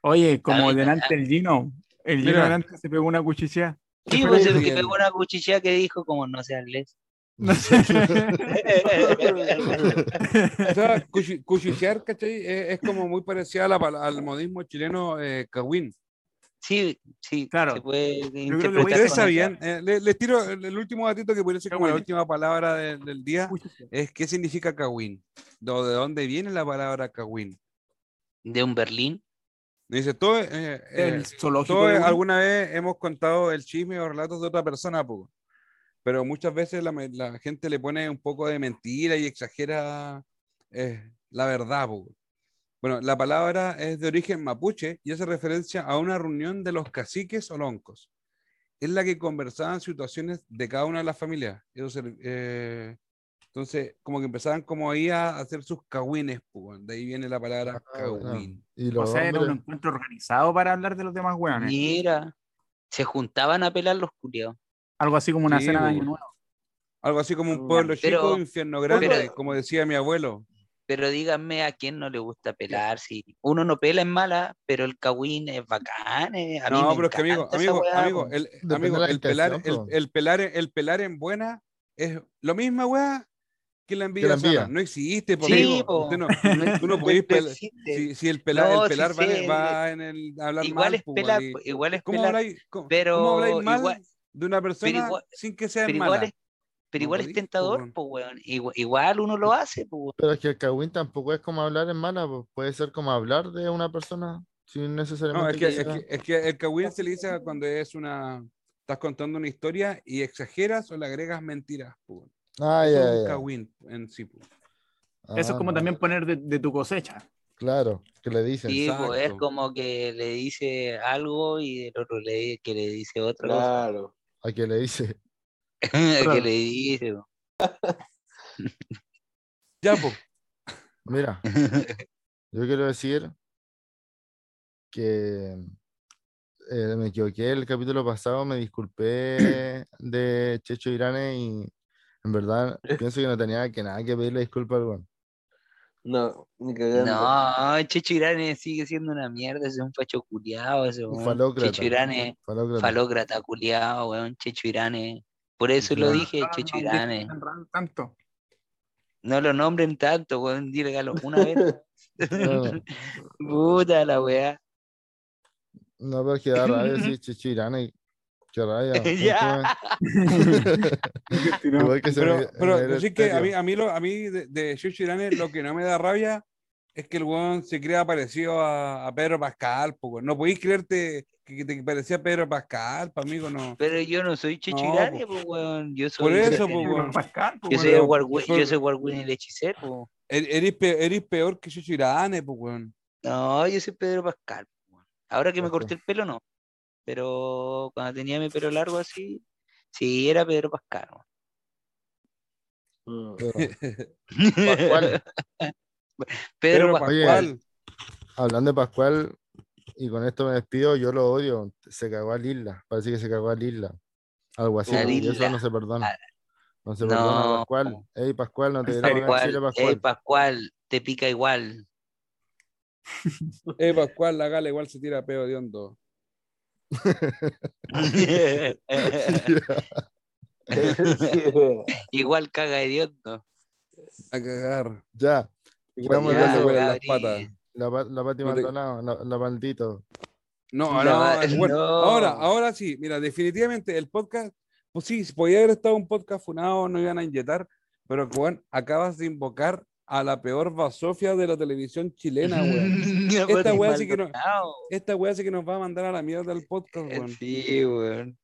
Speaker 3: Oye, como
Speaker 1: Ahí-
Speaker 3: delante el Gino. El Gino
Speaker 4: Mira.
Speaker 3: delante se pegó una cuchichea.
Speaker 1: Sí,
Speaker 4: Pero
Speaker 1: pues
Speaker 4: es
Speaker 1: el que
Speaker 4: bien.
Speaker 1: pegó una cuchichea que dijo como no seas les.
Speaker 3: No sé.
Speaker 4: Eh, O sea, cuchi- cuchichear, ¿cachai? Eh, Es, es como muy parecida a la pala- al modismo chileno eh, cagüín.
Speaker 1: sí, sí,
Speaker 3: Claro.
Speaker 1: se puede
Speaker 3: Pero
Speaker 1: interpretar.
Speaker 4: Ustedes
Speaker 3: está-
Speaker 1: como-
Speaker 4: sabían, eh, le- les tiro el, el último datito que pudiera ser como la
Speaker 3: Cagüín.
Speaker 4: última palabra de- del día,
Speaker 3: Cuchichea.
Speaker 4: es qué significa cagüín. Do- ¿De dónde viene la palabra cagüín?
Speaker 1: De un Berlín.
Speaker 4: Dice, todo, eh, eh,
Speaker 3: El zoológico.
Speaker 4: Todos
Speaker 3: de Wuhan.
Speaker 4: alguna vez hemos contado el chisme o relatos de otra persona, po, pero muchas veces la, me- la gente le pone un poco de mentira y exagera eh, la verdad. po. Bueno, la palabra es de origen mapuche y hace referencia a una reunión de los caciques o loncos. Es la que conversaban situaciones de cada una de las familias. Eso se- eh, entonces, como que empezaban como ahí a hacer sus cagüines, po, weón. de ahí viene la palabra
Speaker 2: Ah, bueno.
Speaker 4: cagüín.
Speaker 2: Y
Speaker 3: O
Speaker 2: los
Speaker 3: sea, era un
Speaker 2: hombres,
Speaker 3: encuentro organizado para hablar de los demás weones.
Speaker 1: Mira. Se juntaban a pelar los culiados.
Speaker 3: Algo así como una
Speaker 4: Sí,
Speaker 3: cena de año
Speaker 4: weón.
Speaker 3: nuevo.
Speaker 4: Algo así como un
Speaker 5: Ya,
Speaker 4: pueblo
Speaker 1: Mm, pero-
Speaker 4: chico, infierno grande,
Speaker 1: pero-
Speaker 4: como decía mi abuelo.
Speaker 1: Pero díganme a quién no le gusta pelar. Si uno no pela es mala, pero el cagüín es bacán. eh. A mí
Speaker 4: no,
Speaker 1: me
Speaker 4: pero es que amigo,
Speaker 1: encanta esa
Speaker 4: amigo,
Speaker 1: weá,
Speaker 4: amigo,
Speaker 1: po.
Speaker 4: el,
Speaker 2: Depende
Speaker 4: amigo,
Speaker 2: de la
Speaker 4: el pelar, el,
Speaker 2: intención, po.
Speaker 4: el pelar, el pelar en buena es lo misma weá que la
Speaker 2: Que
Speaker 4: envidia.
Speaker 2: la
Speaker 4: sana.
Speaker 2: envidia.
Speaker 4: No existe, por
Speaker 1: Sí,
Speaker 4: amigo.
Speaker 1: po.
Speaker 4: Usted no-
Speaker 1: No-
Speaker 4: tú no
Speaker 1: no
Speaker 4: podés
Speaker 1: existe.
Speaker 4: pelar. Si, si el pelar,
Speaker 1: No,
Speaker 4: el
Speaker 1: sí
Speaker 4: pelar va, en el-
Speaker 1: sé,
Speaker 4: va en el hablar
Speaker 1: Igual
Speaker 4: mal,
Speaker 1: es
Speaker 4: po,
Speaker 1: pelar,
Speaker 4: y-
Speaker 1: po, igual es
Speaker 4: ¿Cómo
Speaker 1: pelar.
Speaker 4: habláis, cómo- cómo
Speaker 1: pero
Speaker 4: habláis mal
Speaker 1: igual-
Speaker 4: de una persona
Speaker 1: igual-
Speaker 4: sin que sea
Speaker 1: Pero
Speaker 4: mala?
Speaker 1: igual es, pero
Speaker 4: No
Speaker 1: igual es
Speaker 4: podís, po,
Speaker 1: tentador,
Speaker 4: weón.
Speaker 1: po, weón. Igual, igual uno lo hace, po, weón.
Speaker 2: pero es que el cagüín tampoco es como hablar en mala, pues, puede ser como hablar de una persona sin necesariamente.
Speaker 4: No, es que, es,
Speaker 2: sea-
Speaker 4: que, es que el cagüín se le dice cuando es una. Estás contando una historia y exageras o le agregas mentiras. po.
Speaker 2: Ah,
Speaker 4: Eso
Speaker 2: ya,
Speaker 4: es un
Speaker 2: ya.
Speaker 4: cagüín en sí. po.
Speaker 3: Eso es
Speaker 2: Ah,
Speaker 3: como
Speaker 2: no.
Speaker 3: también poner de, de tu cosecha.
Speaker 2: Claro, que le dicen.
Speaker 1: Sí, pues, es
Speaker 4: Exacto.
Speaker 1: como que le dice algo y el otro le, que le dice otra cosa.
Speaker 5: Claro.
Speaker 2: A que le dice.
Speaker 1: que
Speaker 3: claro.
Speaker 1: le dice. po.
Speaker 4: Ya, po.
Speaker 2: Mira, yo quiero decir que eh, me equivoqué el capítulo pasado, me disculpé de Checho Irane y en verdad pienso que no tenía que nada que pedirle disculpas al weón.
Speaker 5: No, ni cagando.
Speaker 1: No, Checho Irane sigue siendo una mierda, ese es un facho culiao, ese
Speaker 2: Un
Speaker 1: weón.
Speaker 2: falócrata.
Speaker 1: Checho Irane,
Speaker 2: Falócrata.
Speaker 1: falócrata culiao, weón, Checho Irane. Por eso
Speaker 3: Ah,
Speaker 2: Claro.
Speaker 1: lo dije, Checho
Speaker 3: No, no,
Speaker 1: Irane.
Speaker 3: no, no, Tanto.
Speaker 1: No lo nombren tanto, weón. Dígalo una vez.
Speaker 2: Bueno,
Speaker 1: Puta la weá.
Speaker 2: no, pero que da rabia decir Checho Irán y qué rabia.
Speaker 1: Ya.
Speaker 2: Igual que se me-
Speaker 4: Pero,
Speaker 2: me
Speaker 4: pero
Speaker 2: era
Speaker 4: decir que a mí,
Speaker 2: estéreo.
Speaker 4: a mí, lo- a mí de, de Shoichi Irane lo que no me da rabia es que el weón se crea parecido a, a Pedro Pascal, po, weón. No podéis creerte que, que te parecía Pedro Pascal, pa' amigo, no.
Speaker 1: Pero yo no soy Checho
Speaker 4: No,
Speaker 1: Irane, pues, weón. Yo soy.
Speaker 4: Por eso, pues,
Speaker 1: yo
Speaker 4: weón.
Speaker 3: Pascal, po,
Speaker 1: soy
Speaker 3: weón.
Speaker 1: el
Speaker 4: pero-
Speaker 1: Warwi-
Speaker 4: pero-
Speaker 1: Yo soy Warwin el hechicero. po.
Speaker 4: Er- Eres pe- eres peor que Shoichi Irane, po, weón.
Speaker 1: No, yo soy Pedro Pascal. po, weón. Ahora que me
Speaker 2: Ojo.
Speaker 1: corté el pelo, no. Pero cuando tenía mi pelo largo así, sí, era Pedro Pascal. weón.
Speaker 5: Mm.
Speaker 2: Pero,
Speaker 1: Pedro,
Speaker 2: Pascual,
Speaker 1: Pascal.
Speaker 2: Pascal. hablando de Pascual, y con esto me despido, yo lo odio. Se cagó a Lila. Parece que se cagó a Lila. Algo así.
Speaker 1: A
Speaker 2: Y eso
Speaker 1: Lila.
Speaker 2: no se perdona. No se
Speaker 1: No.
Speaker 2: perdona, Pascual. Ey, Pascual, no te
Speaker 3: En
Speaker 2: dieron
Speaker 1: Pascual,
Speaker 2: Chile,
Speaker 1: Ey,
Speaker 2: Pascual.
Speaker 1: Pascual, te pica igual.
Speaker 4: Eh, Pascual, la gala igual se tira peo de hondo.
Speaker 1: igual caga hediondo.
Speaker 4: A cagar.
Speaker 2: ya.
Speaker 4: Igual
Speaker 2: Vamos,
Speaker 4: me
Speaker 2: ya,
Speaker 4: huelen
Speaker 1: weá,
Speaker 4: las patas.
Speaker 1: Bri.
Speaker 2: La, pa- la Pati
Speaker 4: No te-
Speaker 2: Maldonado, la, la Paldito.
Speaker 4: No,
Speaker 1: La
Speaker 4: no,
Speaker 1: va-
Speaker 4: es bueno.
Speaker 1: no.
Speaker 4: Ahora, ahora sí, mira, definitivamente el podcast, pues sí, si podía haber estado un podcast funado, no iban a inyectar, pero Juan, acabas de invocar a la peor basofia de la televisión chilena, weón.
Speaker 1: Una
Speaker 4: Esta
Speaker 1: Pati
Speaker 4: weá sí que no-
Speaker 1: Maldonado.
Speaker 4: Esta weá sí que nos va a mandar a la mierda el podcast,
Speaker 1: Eh,
Speaker 4: weón.
Speaker 1: Sí, weón.